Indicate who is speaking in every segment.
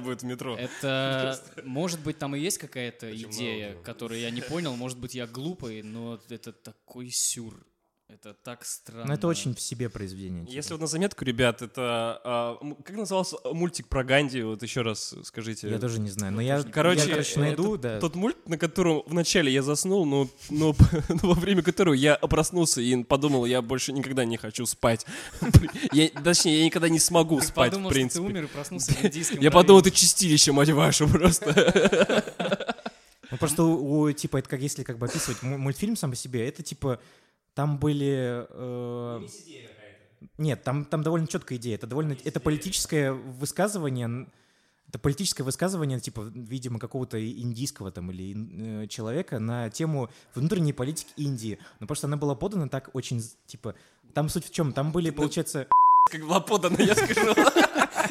Speaker 1: будет в метро.
Speaker 2: Э,
Speaker 3: Это, может быть, там и есть какая-то
Speaker 1: Очень
Speaker 3: идея,
Speaker 1: много было.
Speaker 3: которую я не понял, может быть, я глупый, но это такой сюр. Это так странно.
Speaker 2: Но Ну, это очень в себе произведение. типа.
Speaker 1: Если вот на заметку, ребят, это... а, м- как назывался мультик про Ганди? Вот еще раз скажите.
Speaker 2: Я тоже не знаю, но я,
Speaker 1: Короче,
Speaker 2: я, короче,
Speaker 1: это
Speaker 2: найду, да.
Speaker 1: Тот мульт, на котором вначале я заснул, но, но, но во время которого я проснулся и подумал, я больше никогда не хочу спать. Я- точнее, я никогда не смогу
Speaker 3: Ты
Speaker 1: спать,
Speaker 3: подумал,
Speaker 1: в
Speaker 3: что ты
Speaker 1: принципе.
Speaker 3: умер и проснулся в индийском
Speaker 1: я
Speaker 3: раю.
Speaker 1: подумал, это чистилище, мать вашу, просто.
Speaker 2: Ну, просто у, у, типа, это как если как бы описывать му- мультфильм сам по себе, это типа там были... э, Нет, там, там довольно четкая идея. Это довольно... Это политическое высказывание... н- Это политическое высказывание, типа, видимо, какого-то индийского там или ин- э, человека на тему внутренней политики Индии. Но просто она была подана так очень, з- типа... Там суть в чем? Там
Speaker 1: Типа,
Speaker 2: были, получается...
Speaker 1: Как была подана, я скажу.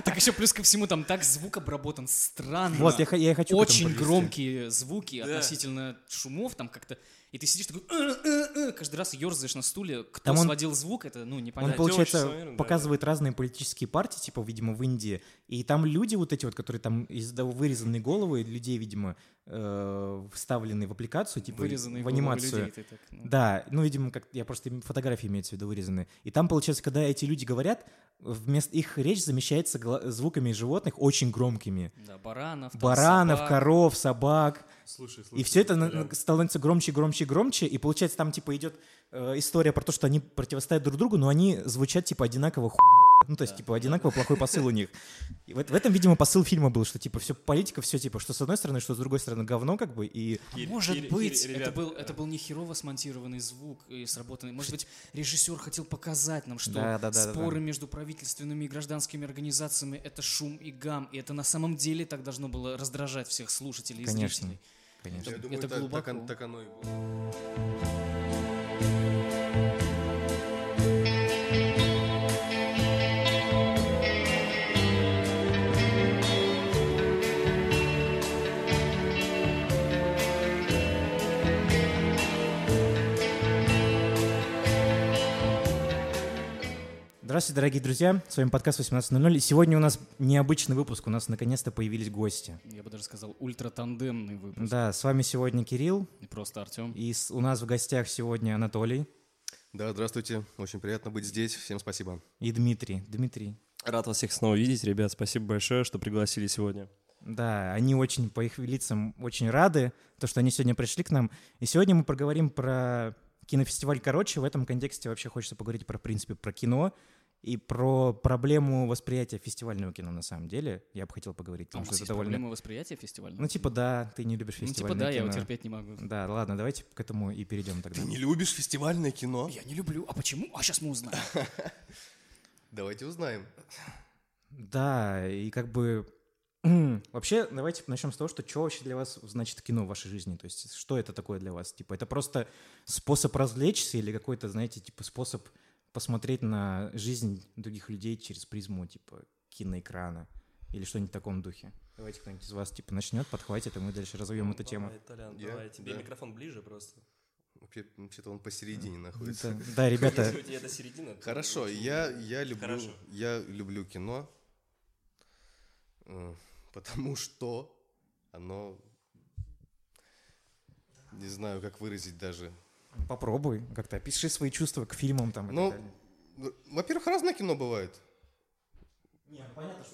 Speaker 3: Так еще плюс ко всему, там так звук обработан странно.
Speaker 2: Вот, я, х- я и хочу... к этому
Speaker 3: очень
Speaker 2: подвести.
Speaker 3: громкие звуки
Speaker 1: Да.
Speaker 3: относительно шумов там как-то. И ты сидишь такой, «Э-э-э-э», каждый раз ерзаешь на стуле. Кто
Speaker 2: Там он-
Speaker 3: сводил звук, это, ну,
Speaker 2: Он,
Speaker 1: Да,
Speaker 3: непонятно.
Speaker 1: пол-
Speaker 2: получается,
Speaker 1: делаешь, наверное, да,
Speaker 2: показывает разные политические партии, типа, видимо, в Индии. И там люди вот эти вот, которые там из да, вырезанные головы людей, видимо, э, вставлены в аппликацию, типа,
Speaker 3: Вырезанные
Speaker 2: в
Speaker 3: головы
Speaker 2: анимацию.
Speaker 3: людей, ты так, ну.
Speaker 2: Да, ну, видимо, как я просто им- фотографии имеются в виду вырезанные. И там, получается, когда эти люди говорят, вместо их речь замещается гла- звуками животных очень громкими.
Speaker 3: Да, баранов, там,
Speaker 2: Баранов,
Speaker 3: собак.
Speaker 2: коров, собак.
Speaker 1: Слушай, слушай.
Speaker 2: И все это на- становится громче, громче, громче, и получается там типа идет э, история про то, что они противостоят друг другу, но они звучат типа одинаково ху... Ну, то есть, типа, одинаково плохой посыл у них. И вот в этом, видимо, посыл фильма был, что, типа, все политика, все, типа, что с одной стороны, что с другой стороны говно, как бы, и...
Speaker 3: А Может быть, это, был, это был не херово смонтированный звук и сработанный. Может быть, режиссер хотел показать нам, что
Speaker 2: Да, да, да, да, да.
Speaker 3: споры между правительственными и гражданскими организациями это шум и гам. И это на самом деле так должно было раздражать всех слушателей и
Speaker 2: Конечно,
Speaker 3: зрителей.
Speaker 2: Конечно.
Speaker 3: Я думаю, Это так- глубоко. так он- так
Speaker 1: оно и было.
Speaker 2: Здравствуйте, дорогие друзья, с вами подкаст 18.00, и сегодня у нас необычный выпуск, у нас наконец-то появились гости.
Speaker 3: Я бы даже сказал, ультратандемный выпуск.
Speaker 2: Да, с вами сегодня Кирилл,
Speaker 3: И Просто Артем.
Speaker 2: и с- у нас в гостях сегодня Анатолий
Speaker 4: Да, здравствуйте. Очень приятно быть здесь. Всем спасибо.
Speaker 2: и Дмитрий. Дмитрий,
Speaker 1: Рад вас всех снова видеть, ребят. Спасибо большое, что пригласили сегодня.
Speaker 2: Да, они очень по их лицам очень рады, то, что они сегодня пришли к нам. И сегодня мы поговорим про кинофестиваль «Короче». В этом контексте вообще хочется поговорить про, в принципе, про кино и про проблему восприятия фестивального кино на самом деле. Я бы хотел
Speaker 3: А
Speaker 2: поговорить,
Speaker 3: у
Speaker 2: потому
Speaker 3: нас
Speaker 2: что
Speaker 3: есть
Speaker 2: это довольно...
Speaker 3: проблема восприятия фестивального?
Speaker 2: Ну, типа, да, ты не любишь
Speaker 3: Ну, типа,
Speaker 2: фестивальное
Speaker 3: да, я
Speaker 2: кино.
Speaker 3: его терпеть не могу.
Speaker 2: Да, ладно, давайте к этому и перейдем тогда.
Speaker 4: Ты не любишь фестивальное кино?
Speaker 3: Я не люблю. А почему? А сейчас мы узнаем.
Speaker 4: Давайте узнаем.
Speaker 2: Да, и как бы... м, Вообще, давайте начнем с того, что что вообще для вас значит кино в вашей жизни? То есть, что это такое для вас? Типа, это просто способ развлечься или какой-то, знаете, типа способ посмотреть на жизнь других людей через призму, типа, киноэкрана или что-нибудь в таком духе? Давайте кто-нибудь из вас, типа, начнет, подхватит, и мы дальше
Speaker 4: Ну,
Speaker 2: разовьем эту тему.
Speaker 4: Я? давай, тебе Да.
Speaker 1: микрофон ближе просто.
Speaker 4: Вообще, то он посередине находится.
Speaker 2: Да, да, ребята,
Speaker 1: у тебя это середина.
Speaker 4: Хорошо, я, я, люблю,
Speaker 1: Хорошо.
Speaker 4: я люблю кино, э, потому что оно... Не знаю, как выразить даже.
Speaker 2: попробуй как-то, опиши свои чувства к фильмам там. и так
Speaker 4: Ну,
Speaker 2: далее.
Speaker 4: ну, во-первых, разное кино бывает.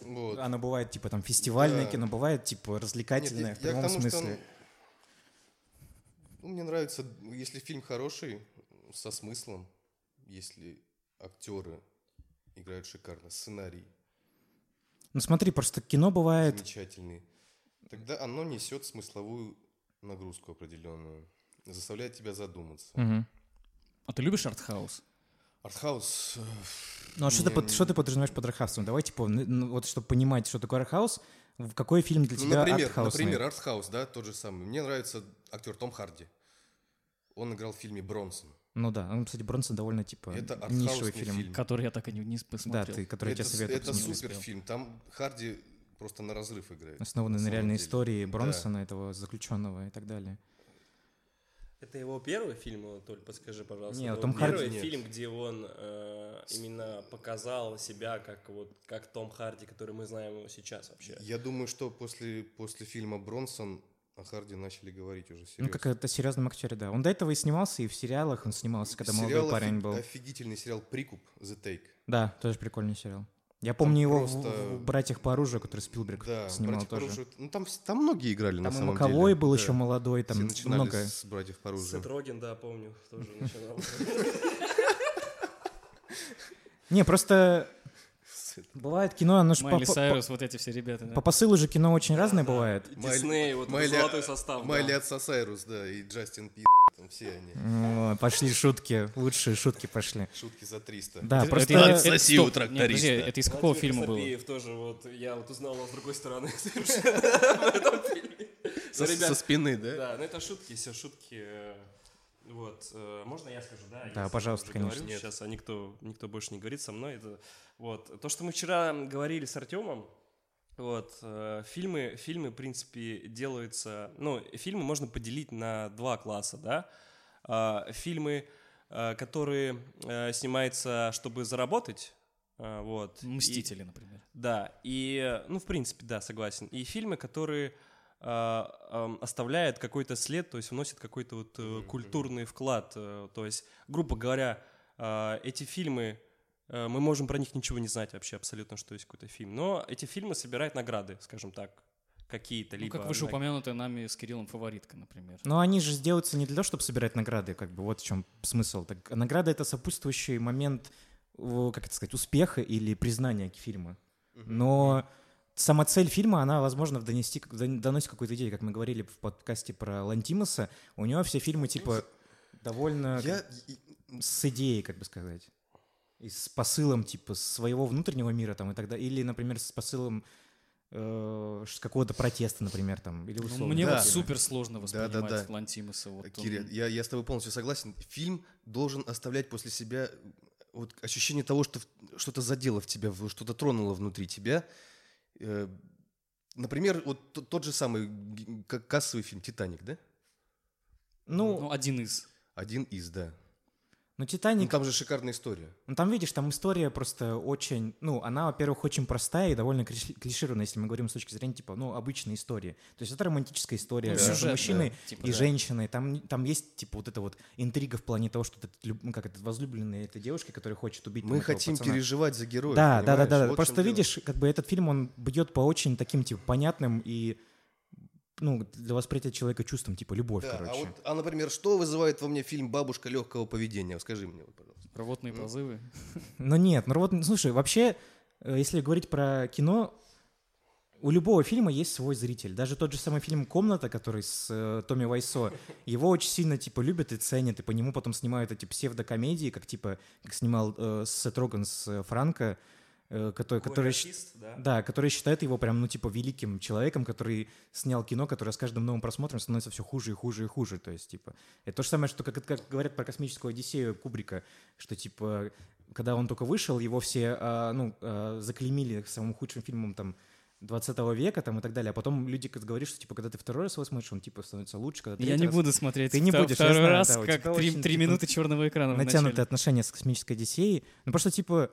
Speaker 4: Вот.
Speaker 2: Оно бывает, типа, там, фестивальное
Speaker 4: Да.
Speaker 2: кино, бывает, типа,
Speaker 4: Нет,
Speaker 2: развлекательное
Speaker 4: я-
Speaker 2: в
Speaker 4: я к
Speaker 2: прямом
Speaker 4: тому, что,
Speaker 2: смысле.
Speaker 4: ну, мне нравится, если фильм хороший, со смыслом, если актеры играют шикарно, сценарий
Speaker 2: Ну смотри, просто кино бывает.
Speaker 4: замечательный, тогда оно несет смысловую нагрузку определенную, заставляет тебя задуматься.
Speaker 2: Мгм.
Speaker 3: А ты любишь артхаус?
Speaker 4: Артхаус, э,
Speaker 2: Ну а что ты,
Speaker 4: Не,
Speaker 2: под-
Speaker 4: не-
Speaker 2: что ты подразумеваешь под артхаусом? Давай, типа, н- ну, вот чтобы понимать, что такое артхаус, в какой фильм для
Speaker 4: ну,
Speaker 2: тебя
Speaker 4: например,
Speaker 2: артхаусный?
Speaker 4: например, артхаус, да, тот же самый. Мне нравится актер Том Харди. Он играл в фильме Бронсон.
Speaker 2: Ну да, он, кстати, Бронсон довольно, типа,
Speaker 4: Это
Speaker 2: нишевый
Speaker 4: артхаусный
Speaker 2: фильм.
Speaker 4: фильм.
Speaker 3: Который я так и не, не посмотрел.
Speaker 2: Да, ты, который я тебе
Speaker 4: с-
Speaker 2: советую.
Speaker 4: Это
Speaker 2: посмотреть.
Speaker 4: супер фильм. Там Харди просто на разрыв играет.
Speaker 2: Основанный на,
Speaker 4: самом
Speaker 2: реальной
Speaker 4: деле.
Speaker 2: истории
Speaker 4: Да.
Speaker 2: Бронсона, этого заключенного и так далее.
Speaker 1: Это его первый фильм, Толь, подскажи, пожалуйста.
Speaker 2: Не,
Speaker 1: это
Speaker 2: Том
Speaker 1: вот первый
Speaker 4: Харди нет.
Speaker 1: фильм, где он э, именно показал себя как вот как Том Харди, который мы знаем его сейчас вообще.
Speaker 4: Я думаю, что после, после фильма Бронсон о Харди начали говорить уже
Speaker 2: Ну,
Speaker 4: серьезно.
Speaker 2: как это серьезном актере, да. Он до этого и снимался, и в сериалах он снимался, когда молодой
Speaker 4: Сериал
Speaker 2: парень
Speaker 4: офи-
Speaker 2: был.
Speaker 4: Офигительный сериал «Прикуп» The Take.
Speaker 2: Да, тоже прикольный сериал. Я помню его в-
Speaker 4: просто-
Speaker 2: в, «Братьях по оружию», который Спилберг
Speaker 4: Да,
Speaker 2: снимал
Speaker 4: «Братьев по
Speaker 2: тоже.
Speaker 4: оружию». Ну, там, с- там многие играли, на
Speaker 2: Там и
Speaker 4: самом
Speaker 2: Маковой
Speaker 4: деле.
Speaker 2: был
Speaker 4: Да.
Speaker 2: еще молодой,
Speaker 4: Все
Speaker 2: там
Speaker 4: начинали
Speaker 2: много.
Speaker 4: с «Братьев по оружию».
Speaker 1: Сет Роген, да, помню, тоже начинал.
Speaker 2: Не, просто бывает кино, оно ж по,
Speaker 3: Майли
Speaker 2: по-
Speaker 3: Сайрус, вот эти все ребята.
Speaker 2: по-
Speaker 3: да.
Speaker 2: по посылу же кино очень разное бывает.
Speaker 1: И
Speaker 4: Майли-
Speaker 1: Дисней, вот
Speaker 4: Майли-
Speaker 1: золотой состав. да.
Speaker 4: Майли Отца Сайрус, да, и Джастин Пи, там все они.
Speaker 2: О, пошли шутки, лучшие шутки пошли.
Speaker 4: Шутки за 300.
Speaker 2: Да,
Speaker 3: Это-
Speaker 2: просто...
Speaker 3: А, это-
Speaker 4: Отсоси
Speaker 3: это- стоп,
Speaker 4: у
Speaker 3: нет,
Speaker 4: тракториста.
Speaker 3: подожди, это из какого
Speaker 1: Владимир
Speaker 3: фильма было?
Speaker 1: Костобеев тоже, вот, я вот узнал его с другой стороны совершенно в этом фильме.
Speaker 4: Со,
Speaker 1: Ну, ребят,
Speaker 4: со спины, да?
Speaker 1: Да, ну это шутки, все шутки. э, Вот, э, можно я скажу, да?
Speaker 2: Да,
Speaker 1: Я
Speaker 2: пожалуйста,
Speaker 1: уже
Speaker 2: конечно.
Speaker 1: говорю Сейчас, а никто, никто больше не говорит со мной. Это, вот, то, что мы вчера говорили с Артемом, вот, э, фильмы, фильмы, в принципе, делаются, ну, фильмы можно поделить на два класса, да? А, фильмы, э, которые э, снимаются, чтобы заработать, э, вот. и-
Speaker 3: Мстители, например.
Speaker 1: да, и, э, ну, в принципе, да, согласен. И фильмы, которые э, эм, оставляют какой-то след, то есть вносят какой-то вот э, культурный вклад. э, то есть, грубо говоря, э, эти фильмы, э, мы можем про них ничего не знать вообще абсолютно, что есть какой-то фильм. Но эти фильмы собирают награды, скажем так, какие-то.
Speaker 3: Ну,
Speaker 1: либо
Speaker 3: как
Speaker 1: наг-
Speaker 3: вышеупомянутая нами с Кириллом фаворитка, например.
Speaker 2: Но они же сделаются не для того, чтобы собирать награды, как бы вот в чем смысл. Так, награда — это сопутствующий момент, о, как это сказать, успеха или признания фильма. Но сама цель фильма, она, возможно, донести, как- дон- доносит какую-то идею, как мы говорили в подкасте про Лантимаса. У него все фильмы, типа, довольно
Speaker 4: Я,
Speaker 2: а как
Speaker 4: и-
Speaker 2: бы, с идеей, как бы сказать. И с посылом, типа, своего внутреннего мира там и так далее. Или, например, с посылом э, ш- какого-то протеста, например, там. Или
Speaker 3: Ну,
Speaker 2: условно.
Speaker 3: мне
Speaker 4: да.
Speaker 3: вот супер сложно воспринимать
Speaker 4: Да-да-да.
Speaker 3: Лантимуса, вот он-
Speaker 4: Э, Кирилл, я, я с тобой полностью согласен. Фильм должен оставлять после себя э, вот ощущение того, что в- что-то задело в тебя, в- что-то тронуло внутри тебя. Э, Например, вот т- тот же самый г- г- кассовый фильм «Титаник», да?
Speaker 2: Ну,
Speaker 3: ну, один из.
Speaker 4: Один из,
Speaker 2: ну,
Speaker 4: да. Ну,
Speaker 2: «Титаник»
Speaker 4: там же шикарная история.
Speaker 2: Ну, там, видишь, там история просто очень... Ну, она, во-первых, очень простая и довольно клиш- клишированная, если мы говорим с точки зрения, типа, ну, обычной истории. То есть это романтическая история
Speaker 3: Ну,
Speaker 2: между
Speaker 3: сюжет,
Speaker 2: мужчиной
Speaker 3: да, типа,
Speaker 2: и
Speaker 3: да.
Speaker 2: женщиной. Там, там есть, типа, вот эта вот интрига в плане того, что этот, люб- ну, как этот возлюбленный этой девушки, которая хочет убить... там
Speaker 4: Мы
Speaker 2: этого
Speaker 4: хотим
Speaker 2: пацана.
Speaker 4: переживать за героя.
Speaker 2: Да, да, да, да. Просто видишь, как бы этот фильм, он бьет по очень таким, типа, понятным и, ну, для восприятия человека чувством, типа, любовь, короче.
Speaker 4: а, вот, а, например, что вызывает во мне фильм «Бабушка легкого поведения»? Скажи мне, вот, пожалуйста.
Speaker 3: Рвотные
Speaker 4: Ну.
Speaker 3: позывы.
Speaker 2: Ну нет, ну вот, слушай, вообще, э, если говорить про кино, у любого фильма есть свой зритель. Даже тот же самый фильм «Комната», который с э, Томми Вайсо, его очень сильно, типа, любят и ценят, и по нему потом снимают эти псевдокомедии, как, типа, как снимал э, Сет Роген с э, Франко, э, который,
Speaker 1: Какой
Speaker 2: который, щ-
Speaker 1: артист, да?
Speaker 2: да, который считает его прям, ну, типа, великим человеком, который снял кино, которое с каждым новым просмотром становится все хуже и хуже и хуже. То есть, типа, это то же самое, что, как, как говорят про космическую Одиссею Кубрика, что, типа, когда он только вышел, его все, а, ну, а, заклеймили самым худшим фильмом, там, 20 века, там, и так далее. А потом люди как говорят, что, типа, когда ты второй раз его смотришь, он, типа, становится лучше, когда
Speaker 3: Я
Speaker 2: третий
Speaker 3: не
Speaker 2: раз-
Speaker 3: буду смотреть.
Speaker 2: Ты не
Speaker 3: вто-
Speaker 2: будешь, я
Speaker 3: Второй
Speaker 2: знаю,
Speaker 3: раз,
Speaker 2: да, у тебя
Speaker 3: как три
Speaker 2: очень,
Speaker 3: три
Speaker 2: типа,
Speaker 3: минуты черного экрана в
Speaker 2: натянутые
Speaker 3: начале.
Speaker 2: отношения с космической Одиссеей. Ну, просто, типа,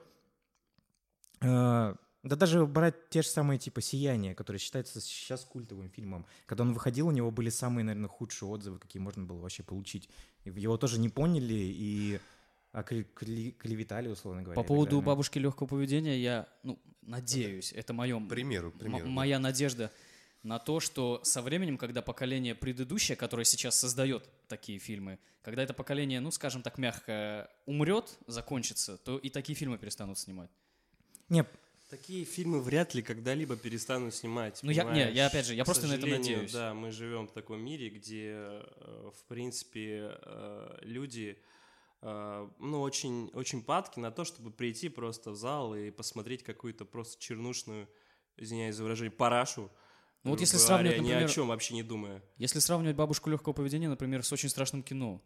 Speaker 2: э, да даже брать те же самые, типа, «Сияние», которые считаются сейчас культовым фильмом. Когда он выходил, у него были самые, наверное, худшие отзывы, какие можно было вообще получить. И Его тоже не поняли и окли- кли- клеветали, условно говоря. ну.
Speaker 3: По
Speaker 2: и так
Speaker 3: поводу
Speaker 2: далее.
Speaker 3: бабушки легкого поведения, я, ну, надеюсь, это мое
Speaker 4: К примеру, к примеру.
Speaker 3: М- моя надежда на то, что со временем, когда поколение предыдущее, которое сейчас создает такие фильмы, когда это поколение, ну, скажем так, мягко умрет, закончится, то и такие фильмы перестанут снимать.
Speaker 2: Не,
Speaker 1: Такие фильмы вряд ли когда-либо перестанут снимать.
Speaker 3: Ну, я- не, я
Speaker 1: понимаешь?
Speaker 3: опять же, я
Speaker 1: К
Speaker 3: просто на это
Speaker 1: сожалению,
Speaker 3: надеюсь.
Speaker 1: Да, мы живем в таком мире, где, э, в принципе, э, люди, э, ну, очень, очень падки на то, чтобы прийти просто в зал и посмотреть какую-то просто чернушную, извиняюсь за выражение, парашу.
Speaker 3: Ну вот
Speaker 1: грубо
Speaker 3: если
Speaker 1: говоря,
Speaker 3: сравнивать,
Speaker 1: ни о
Speaker 3: например-
Speaker 1: чем вообще не думая.
Speaker 3: Если сравнивать бабушку легкого поведения, например, с очень страшным кино,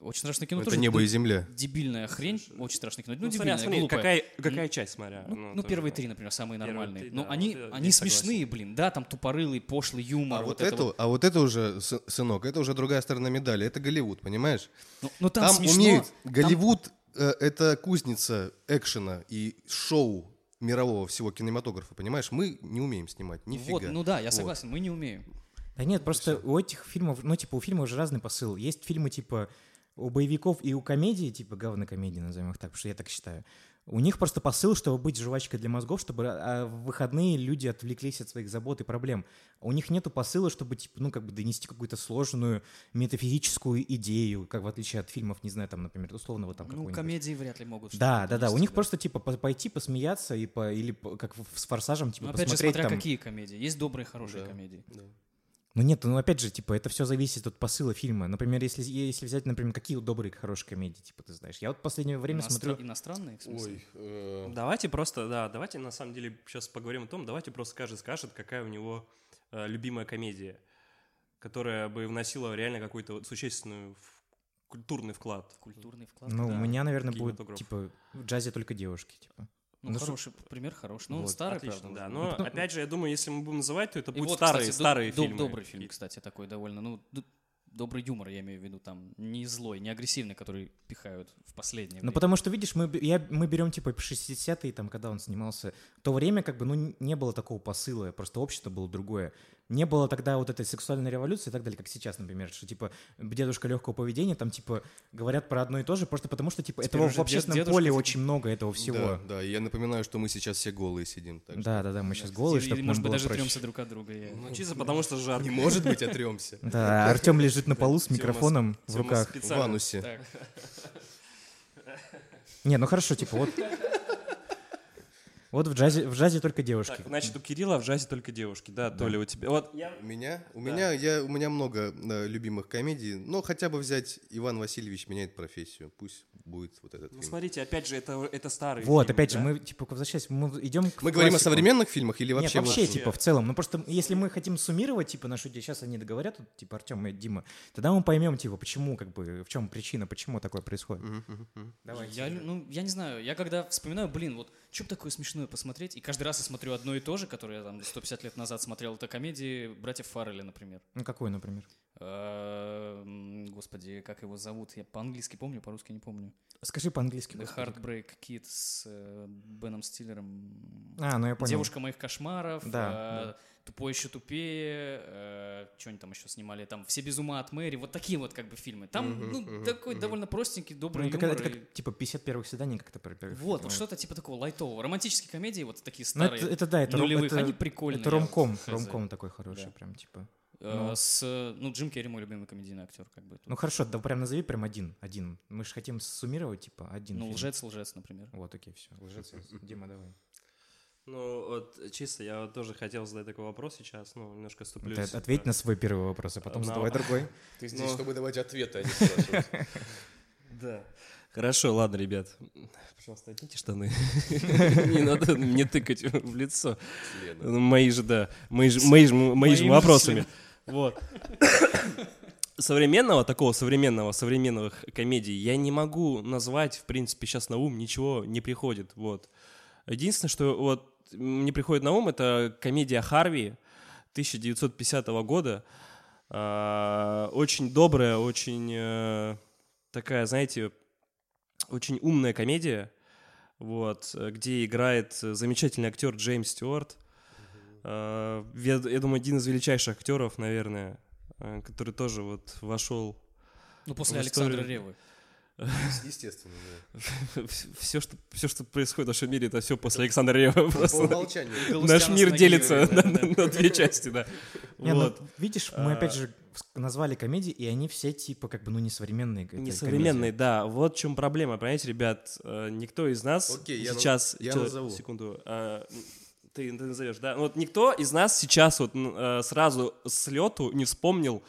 Speaker 3: Очень страшное кино
Speaker 4: Это
Speaker 3: тоже
Speaker 4: небо и
Speaker 3: д-
Speaker 4: земля.
Speaker 3: дебильная хрень. Очень страшное кино. Ну,
Speaker 1: Ну,
Speaker 3: дебильная,
Speaker 1: смотря, смотри,
Speaker 3: глупая.
Speaker 1: какая, какая часть, смотря.
Speaker 3: Ну, ну,
Speaker 1: тоже,
Speaker 3: первые
Speaker 1: да.
Speaker 3: три, например, самые
Speaker 1: Первые
Speaker 3: нормальные.
Speaker 1: три,
Speaker 3: Но
Speaker 1: да,
Speaker 3: они,
Speaker 1: вот это
Speaker 3: они
Speaker 1: я
Speaker 3: смешные, блин, да, там тупорылый, пошлый юмор.
Speaker 4: А
Speaker 3: вот
Speaker 4: вот,
Speaker 3: это
Speaker 4: это,
Speaker 3: вот.
Speaker 4: а вот это уже, сы- сынок, это уже другая сторона медали. Это Голливуд, понимаешь?
Speaker 3: Ну, ну, там,
Speaker 4: Там,
Speaker 3: смешно.
Speaker 4: умеют.
Speaker 3: там-
Speaker 4: Голливуд э, это кузница экшена и шоу мирового всего кинематографа, понимаешь? Мы не умеем снимать, нифига.
Speaker 3: Вот, ну да, я
Speaker 4: Вот.
Speaker 3: согласен, мы не умеем.
Speaker 2: Да нет, просто у этих фильмов, ну, типа, у фильмов же разный посыл. Есть фильмы, типа, у боевиков и у комедии, типа, говнокомедии, назовем их так, потому что я так считаю. У них просто посыл, чтобы быть жвачкой для мозгов, чтобы а, в выходные люди отвлеклись от своих забот и проблем. А У них нету посыла, чтобы, типа, ну, как бы донести какую-то сложную метафизическую идею, как в отличие от фильмов, не знаю, там, например, условного там
Speaker 3: Ну,
Speaker 2: какого-нибудь.
Speaker 3: комедии вряд ли могут.
Speaker 2: Да,
Speaker 3: что-то
Speaker 2: да, да. У
Speaker 3: донести,
Speaker 2: них просто типа по- пойти посмеяться и по или по- как в- с форсажем типа
Speaker 3: Ну, опять же,
Speaker 2: посмотреть
Speaker 3: смотря
Speaker 2: там.
Speaker 3: какие комедии. Есть добрые, хорошие
Speaker 4: Да.
Speaker 3: комедии.
Speaker 4: Да.
Speaker 2: Ну нет, ну опять же, типа, это все зависит от посыла фильма. Например, если, если взять, например, какие добрые, хорошие комедии, типа, ты знаешь. Я вот в последнее время
Speaker 3: Иностра-
Speaker 2: смотрю...
Speaker 3: Ну, а Иностранные, в смысле?
Speaker 4: э,
Speaker 1: Давайте просто, да, давайте на самом деле сейчас поговорим о том, давайте просто каждый скажет, какая у него э, любимая комедия, которая бы вносила реально какой-то вот существенный в- культурный вклад.
Speaker 3: Культурный вклад.
Speaker 2: Ну,
Speaker 3: да.
Speaker 2: у меня, наверное, будет,
Speaker 1: Кинематограф.
Speaker 2: типа, в джазе только девушки, типа.
Speaker 3: Ну,
Speaker 2: Ну,
Speaker 3: хороший пример, хороший. Ну, он
Speaker 1: Вот,
Speaker 3: старый,
Speaker 1: Отлично,
Speaker 3: правда.
Speaker 1: да.
Speaker 3: уже.
Speaker 1: Но, опять же, я думаю, если мы будем называть, то это
Speaker 3: И
Speaker 1: будут
Speaker 3: вот,
Speaker 1: старые,
Speaker 3: кстати, до-
Speaker 1: старые
Speaker 3: до-
Speaker 1: фильмы.
Speaker 3: Добрый фильм,
Speaker 1: какие-то.
Speaker 3: кстати, такой довольно. Ну, д- добрый юмор, я имею в виду, там, не злой, не агрессивный, который пихают в последнее
Speaker 2: Ну,
Speaker 3: время.
Speaker 2: потому что, видишь, мы, б- я, мы берем, типа, 60-е, там, когда он снимался, в то время, как бы, ну, н- не было такого посыла, просто общество было другое. Не было тогда вот этой сексуальной революции и так далее, как сейчас, например, что, типа, дедушка легкого поведения, там, типа, говорят про одно и то же, просто потому что, типа,
Speaker 3: Теперь
Speaker 2: этого
Speaker 3: уже
Speaker 2: в
Speaker 3: дед-
Speaker 2: общественном
Speaker 3: дедушка
Speaker 2: поле
Speaker 3: за-
Speaker 2: очень много этого
Speaker 4: Да,
Speaker 2: всего.
Speaker 4: да, и я напоминаю, что мы сейчас все голые сидим. так что-
Speaker 2: Да, да, да, мы сейчас голые,
Speaker 3: Или,
Speaker 2: чтобы
Speaker 3: может
Speaker 2: нам
Speaker 3: быть,
Speaker 2: было
Speaker 3: даже
Speaker 2: проще.
Speaker 3: трёмся друг от друга. я-
Speaker 1: Ну, чисто потому что жарко.
Speaker 4: Не может быть, отремся.
Speaker 2: Да, Артем лежит на полу с
Speaker 1: Тёма с-
Speaker 2: микрофоном в
Speaker 1: Тёма
Speaker 2: руках.
Speaker 4: В
Speaker 1: специально.
Speaker 4: анусе.
Speaker 3: Так,
Speaker 2: Не, ну хорошо, типа вот. Вот в джазе, в джазе только девушки.
Speaker 1: Так, значит, у Кирилла в джазе только девушки, да, Толя, у тебя... Вот я...
Speaker 4: У меня? У меня, я, у меня много э, любимых комедий, но хотя бы взять «Иван Васильевич меняет профессию». Пусть будет вот этот
Speaker 1: Ну,
Speaker 4: фильм.
Speaker 1: смотрите, опять же, это, это старые
Speaker 2: Вот,
Speaker 1: фильмы,
Speaker 2: опять же,
Speaker 1: да?
Speaker 2: мы типа возвращаясь, мы идем к
Speaker 4: Мы говорим о
Speaker 2: классику.
Speaker 4: современных фильмах или
Speaker 2: Нет,
Speaker 4: вообще? вот-
Speaker 2: вообще, типа, в целом. Ну, просто если мы хотим суммировать, типа, нашу идею, сейчас они договорят, вот, типа, Артем и Дима, тогда мы поймем, типа, почему, как бы, в чем причина, почему такое происходит.
Speaker 4: Мгм, мгм, мгм.
Speaker 3: я, ну, я не знаю, я когда вспоминаю, блин, вот, что бы такое смешное посмотреть, и каждый раз я смотрю одно и то же, которое я там 150 лет назад смотрел, это комедии «Братьев Фаррелли», например.
Speaker 2: Ну, какой, например?
Speaker 3: Эм, Господи, как его зовут? Я по-английски помню, по-русски не помню.
Speaker 2: Скажи по-английски.
Speaker 3: The
Speaker 2: господи.
Speaker 3: Heartbreak Kid с э, Беном Стиллером.
Speaker 2: А, ну я понял.
Speaker 3: Девушка моих кошмаров.
Speaker 2: Да,
Speaker 3: э, Тупой еще тупее. что они там еще снимали? Там все без ума от Мэри. Вот такие вот как бы фильмы. Там
Speaker 4: Мгм,
Speaker 3: ну,
Speaker 4: мгм,
Speaker 3: такой
Speaker 4: мгм.
Speaker 3: довольно простенький, добрый
Speaker 2: Ну, это как,
Speaker 3: юмор
Speaker 2: это
Speaker 3: и-
Speaker 2: как, типа, 50 первых свиданий как-то. про- про-
Speaker 3: Вот, вот
Speaker 2: про-
Speaker 3: что-то типа такого лайтового. Романтические комедии, вот такие
Speaker 2: Ну, это,
Speaker 3: старые.
Speaker 2: это да, это, ром-
Speaker 3: нулевых,
Speaker 2: это,
Speaker 3: они прикольные.
Speaker 2: это
Speaker 3: я
Speaker 2: ромком,
Speaker 3: хз.
Speaker 2: ромком такой хороший,
Speaker 3: Да.
Speaker 2: прям, типа.
Speaker 3: Э,
Speaker 2: Ну.
Speaker 3: С, э, ну, Джим Керри мой любимый комедийный актер, как бы. тут.
Speaker 2: Ну хорошо, да прям назови прям один, один. Мы же хотим суммировать, типа, один.
Speaker 3: ну,
Speaker 2: фильм.
Speaker 3: лжец, лжец, например.
Speaker 2: Вот, окей, все. Лжец. Дима, давай.
Speaker 1: Ну, вот чисто я вот тоже хотел задать такой вопрос сейчас, ну, немножко ступлюсь.
Speaker 2: Ты от- ответь на свой первый вопрос, а
Speaker 1: Ну,
Speaker 2: потом задавай другой.
Speaker 4: Ты
Speaker 1: здесь, чтобы
Speaker 4: давать
Speaker 1: Ну,
Speaker 4: ответы,
Speaker 1: Да. Хорошо, ладно, ребят. Пожалуйста, оденьте штаны. Не надо мне тыкать в лицо. Ну, Мои же, да. Мои же, мои же, мои же
Speaker 3: Моим же
Speaker 1: вопросами. Вот. Современного, такого современного, современных комедий я не могу назвать, в принципе, сейчас на ум ничего не приходит, вот. Единственное, что вот мне приходит на ум, это комедия Харви 1950 года. А, Очень добрая, очень э, такая, знаете, очень умная комедия, вот, э, где играет э, замечательный актер Джеймс Стюарт. Э, Я, я думаю, один из величайших актеров, наверное, э, который тоже вот вошел
Speaker 3: Ну, после
Speaker 1: В
Speaker 3: Александра
Speaker 1: историю-
Speaker 3: Ревы.
Speaker 4: Естественно, да.
Speaker 1: все, что, все, что происходит в нашем мире, это все после Александра Рева.
Speaker 4: По
Speaker 1: Просто
Speaker 4: умолчанию.
Speaker 1: наш
Speaker 3: Галустяна
Speaker 1: мир
Speaker 3: Снагирева,
Speaker 1: делится
Speaker 3: да,
Speaker 1: на,
Speaker 3: да.
Speaker 1: на- на две части, да.
Speaker 2: Не, ну,
Speaker 1: вот.
Speaker 2: видишь,
Speaker 1: А.
Speaker 2: мы опять же с- назвали комедии, и они все типа как бы ну несовременные. это
Speaker 1: Несовременный, да. Вот в чем проблема, понимаете, ребят, э, никто из нас
Speaker 4: Окей, я
Speaker 1: сейчас...
Speaker 4: наз- я
Speaker 1: Чё,
Speaker 4: назову.
Speaker 1: Секунду. э, Ты, ты назовешь, да? Вот никто из нас сейчас вот м, э, сразу с лету не вспомнил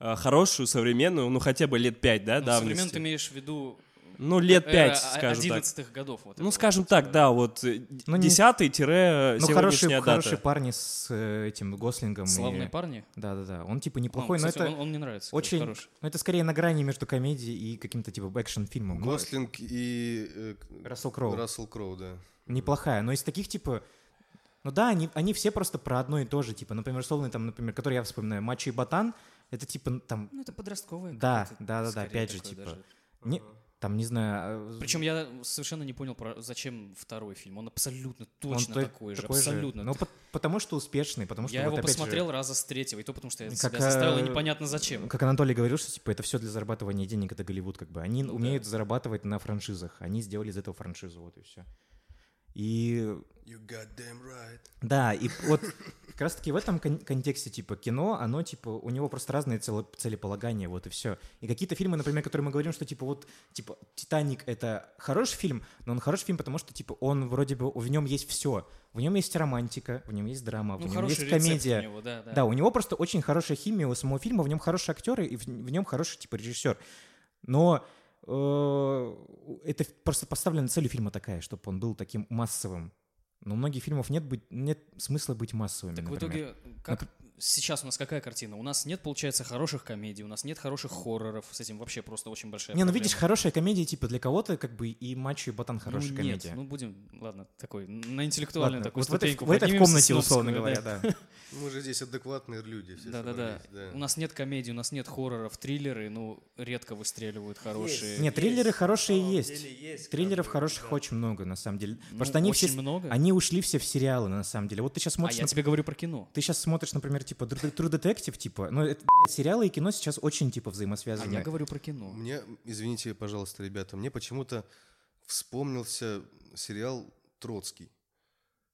Speaker 1: э, хорошую современную, ну хотя бы лет пять, да,
Speaker 3: Ну,
Speaker 1: давности.
Speaker 3: современ ты имеешь в виду
Speaker 1: Ну, лет пять,
Speaker 3: Эра
Speaker 1: скажем так.
Speaker 3: 11-х годов. вот
Speaker 1: Ну,
Speaker 3: этого.
Speaker 1: скажем так, да, вот
Speaker 2: Ну, не-
Speaker 1: 10-тире
Speaker 2: Ну, хорошие,
Speaker 1: сегодняшняя
Speaker 2: хорошие
Speaker 1: дата.
Speaker 2: парни с э, этим Гослингом. и-
Speaker 3: Славные парни.
Speaker 2: Да-да-да, он типа
Speaker 3: Ну,
Speaker 2: неплохой, но
Speaker 3: кстати,
Speaker 2: это
Speaker 3: он, он мне нравится.
Speaker 2: очень...
Speaker 3: Хороший.
Speaker 2: Ну, это скорее на грани между комедией и каким-то типа экшн-фильмом. Ну,
Speaker 4: Гослинг и... э, к-
Speaker 2: Рассел Кроу.
Speaker 4: Рассел Кроу, да.
Speaker 2: неплохая. Но из таких, типа... Ну да, они, они все просто про одно и то же, типа, например, условный там, например, который я вспоминаю, Мачо и Ботан, это типа там,
Speaker 3: Ну, это подростковое.
Speaker 2: Да,
Speaker 3: какое-то,
Speaker 2: да-да-да,
Speaker 3: скорее,
Speaker 2: опять же,
Speaker 3: такое
Speaker 2: типа,
Speaker 3: даже.
Speaker 2: не, там, не знаю... а,
Speaker 3: Причем я совершенно не понял, про, зачем второй фильм. Он абсолютно
Speaker 2: он
Speaker 3: точно
Speaker 2: то-
Speaker 3: такой же. Абсолютно.
Speaker 2: Ну, по- потому что успешный, потому что
Speaker 3: я
Speaker 2: вот
Speaker 3: его
Speaker 2: опять же,
Speaker 3: посмотрел раза с третьего, и то потому что я
Speaker 2: Как,
Speaker 3: себя заставил, и
Speaker 2: э,
Speaker 3: непонятно зачем.
Speaker 2: Как Анатолий говорил, что типа это все для зарабатывания денег, это Голливуд, как бы. Они
Speaker 3: Ну да.
Speaker 2: умеют зарабатывать на франшизах. Они сделали из этого франшизу, вот и все. И
Speaker 4: You goddamn right.
Speaker 2: да, и вот как раз таки в этом кон- контексте, типа, кино, оно, типа, у него просто разные цело- целеполагания, вот и все. И какие-то фильмы, например, которые мы говорим, что, типа, вот, типа, «Титаник» — это хороший фильм, но он хороший фильм, потому что, типа, он вроде бы, в нем есть все. В нем есть романтика, в нем есть драма, в
Speaker 3: Ну,
Speaker 2: нем
Speaker 3: хороший
Speaker 2: есть
Speaker 3: рецепт
Speaker 2: комедия.
Speaker 3: у него, да, да.
Speaker 2: Да, у него просто очень хорошая химия у самого фильма, в нем хорошие актеры и в, нем хороший типа режиссер. Но э, это ф- просто поставлена цель у фильма такая, чтобы он был таким массовым. Но у многих фильмов нет, быть, нет смысла быть массовыми.
Speaker 3: Так в
Speaker 2: например.
Speaker 3: итоге, как сейчас у нас какая картина? У нас нет, получается, хороших комедий, у нас нет хороших хорроров. С этим вообще просто очень большая
Speaker 2: Не, ну
Speaker 3: проблема.
Speaker 2: видишь, хорошая комедия, типа для кого-то, как бы и мачо, и ботан хорошая
Speaker 3: ну,
Speaker 2: комедия.
Speaker 3: Нет, ну будем, ладно, такой, на интеллектуальную
Speaker 2: Ладно,
Speaker 3: такую
Speaker 2: вот в этой,
Speaker 3: ступеньку
Speaker 2: в этой
Speaker 3: поднимемся,
Speaker 2: комнате, условно
Speaker 3: снобскую,
Speaker 2: говоря,
Speaker 3: да.
Speaker 2: да.
Speaker 4: Мы же здесь адекватные люди. все
Speaker 3: Да-да-да.
Speaker 4: собрались,
Speaker 3: У нас нет комедий, у нас нет хорроров, триллеры, ну, редко выстреливают хорошие.
Speaker 2: Нет, триллеры хорошие есть.
Speaker 1: есть.
Speaker 2: Триллеров хороших очень много, на самом деле.
Speaker 3: Ну,
Speaker 2: Потому что они
Speaker 3: очень
Speaker 2: все,
Speaker 3: много.
Speaker 2: они ушли все в сериалы, на самом деле. Вот ты сейчас
Speaker 3: А
Speaker 2: смотришь,
Speaker 3: я
Speaker 2: на-
Speaker 3: тебе говорю про кино.
Speaker 2: Ты сейчас смотришь, например, типа True True Detective, типа, ну, это, блядь, сериалы и кино сейчас очень, типа,
Speaker 3: А
Speaker 2: взаимосвязаны.
Speaker 3: я говорю про кино.
Speaker 4: Мне, извините, пожалуйста, ребята, мне почему-то вспомнился сериал «Троцкий».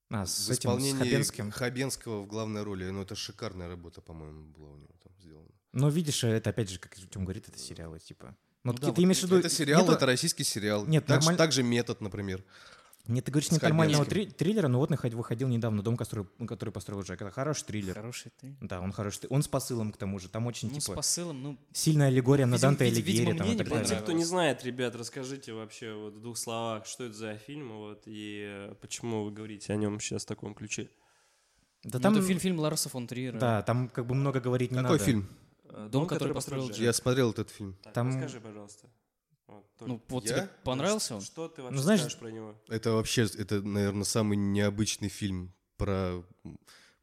Speaker 2: А, с
Speaker 4: в
Speaker 2: этим, с
Speaker 4: исполнении
Speaker 2: Хабенским.
Speaker 4: Хабенского в главной роли. Ну, это шикарная работа, по-моему, была у него там сделана.
Speaker 2: Ну, видишь, это, опять же, как Тём говорит, это сериалы, типа. Ну,
Speaker 3: Ну
Speaker 2: ты,
Speaker 3: да,
Speaker 2: ты
Speaker 3: вот
Speaker 2: имеешь в виду...
Speaker 4: это сериал,
Speaker 2: нету-
Speaker 4: это российский сериал.
Speaker 2: Нет,
Speaker 4: так,
Speaker 2: нормаль-
Speaker 4: же, так же метод, например.
Speaker 2: Нет, ты говоришь,
Speaker 4: с
Speaker 2: нет нормального
Speaker 4: Хабенским.
Speaker 2: три- триллера, но вот наход- выходил недавно «Дом, который, который построил Джек». Это хороший триллер.
Speaker 3: Хороший ты.
Speaker 2: Да, он хороший. триллер. Он с посылом, к тому же. Там очень,
Speaker 3: Ну, с
Speaker 2: типа,
Speaker 3: посылом, ну,
Speaker 2: сильная аллегория на
Speaker 3: Видимо,
Speaker 2: Данте
Speaker 3: видимо,
Speaker 2: Алигьери.
Speaker 3: мне
Speaker 2: там, и
Speaker 3: не
Speaker 2: так
Speaker 1: Для
Speaker 2: далее.
Speaker 1: тех,
Speaker 3: понравилось.
Speaker 1: кто не знает, ребят, расскажите вообще вот в двух словах, что это за фильм вот, и э, почему вы говорите о нем сейчас в таком ключе.
Speaker 2: Да
Speaker 3: ну,
Speaker 2: там...
Speaker 3: это фильм, фильм Ларса фон Триера.
Speaker 2: Да, там как бы много говорить не
Speaker 4: Какой
Speaker 2: надо.
Speaker 4: фильм?
Speaker 1: Э,
Speaker 3: Дом, который построил
Speaker 1: Джек.
Speaker 4: Я смотрел этот фильм.
Speaker 1: Так,
Speaker 2: Там-
Speaker 1: Расскажи, пожалуйста. Вот, только-
Speaker 3: Ну, вот
Speaker 4: Я?
Speaker 3: тебе понравился он?
Speaker 1: Что ты вообще
Speaker 2: Ну, знаешь-
Speaker 1: скажешь про него?
Speaker 4: Это вообще, это, наверное, самый необычный фильм про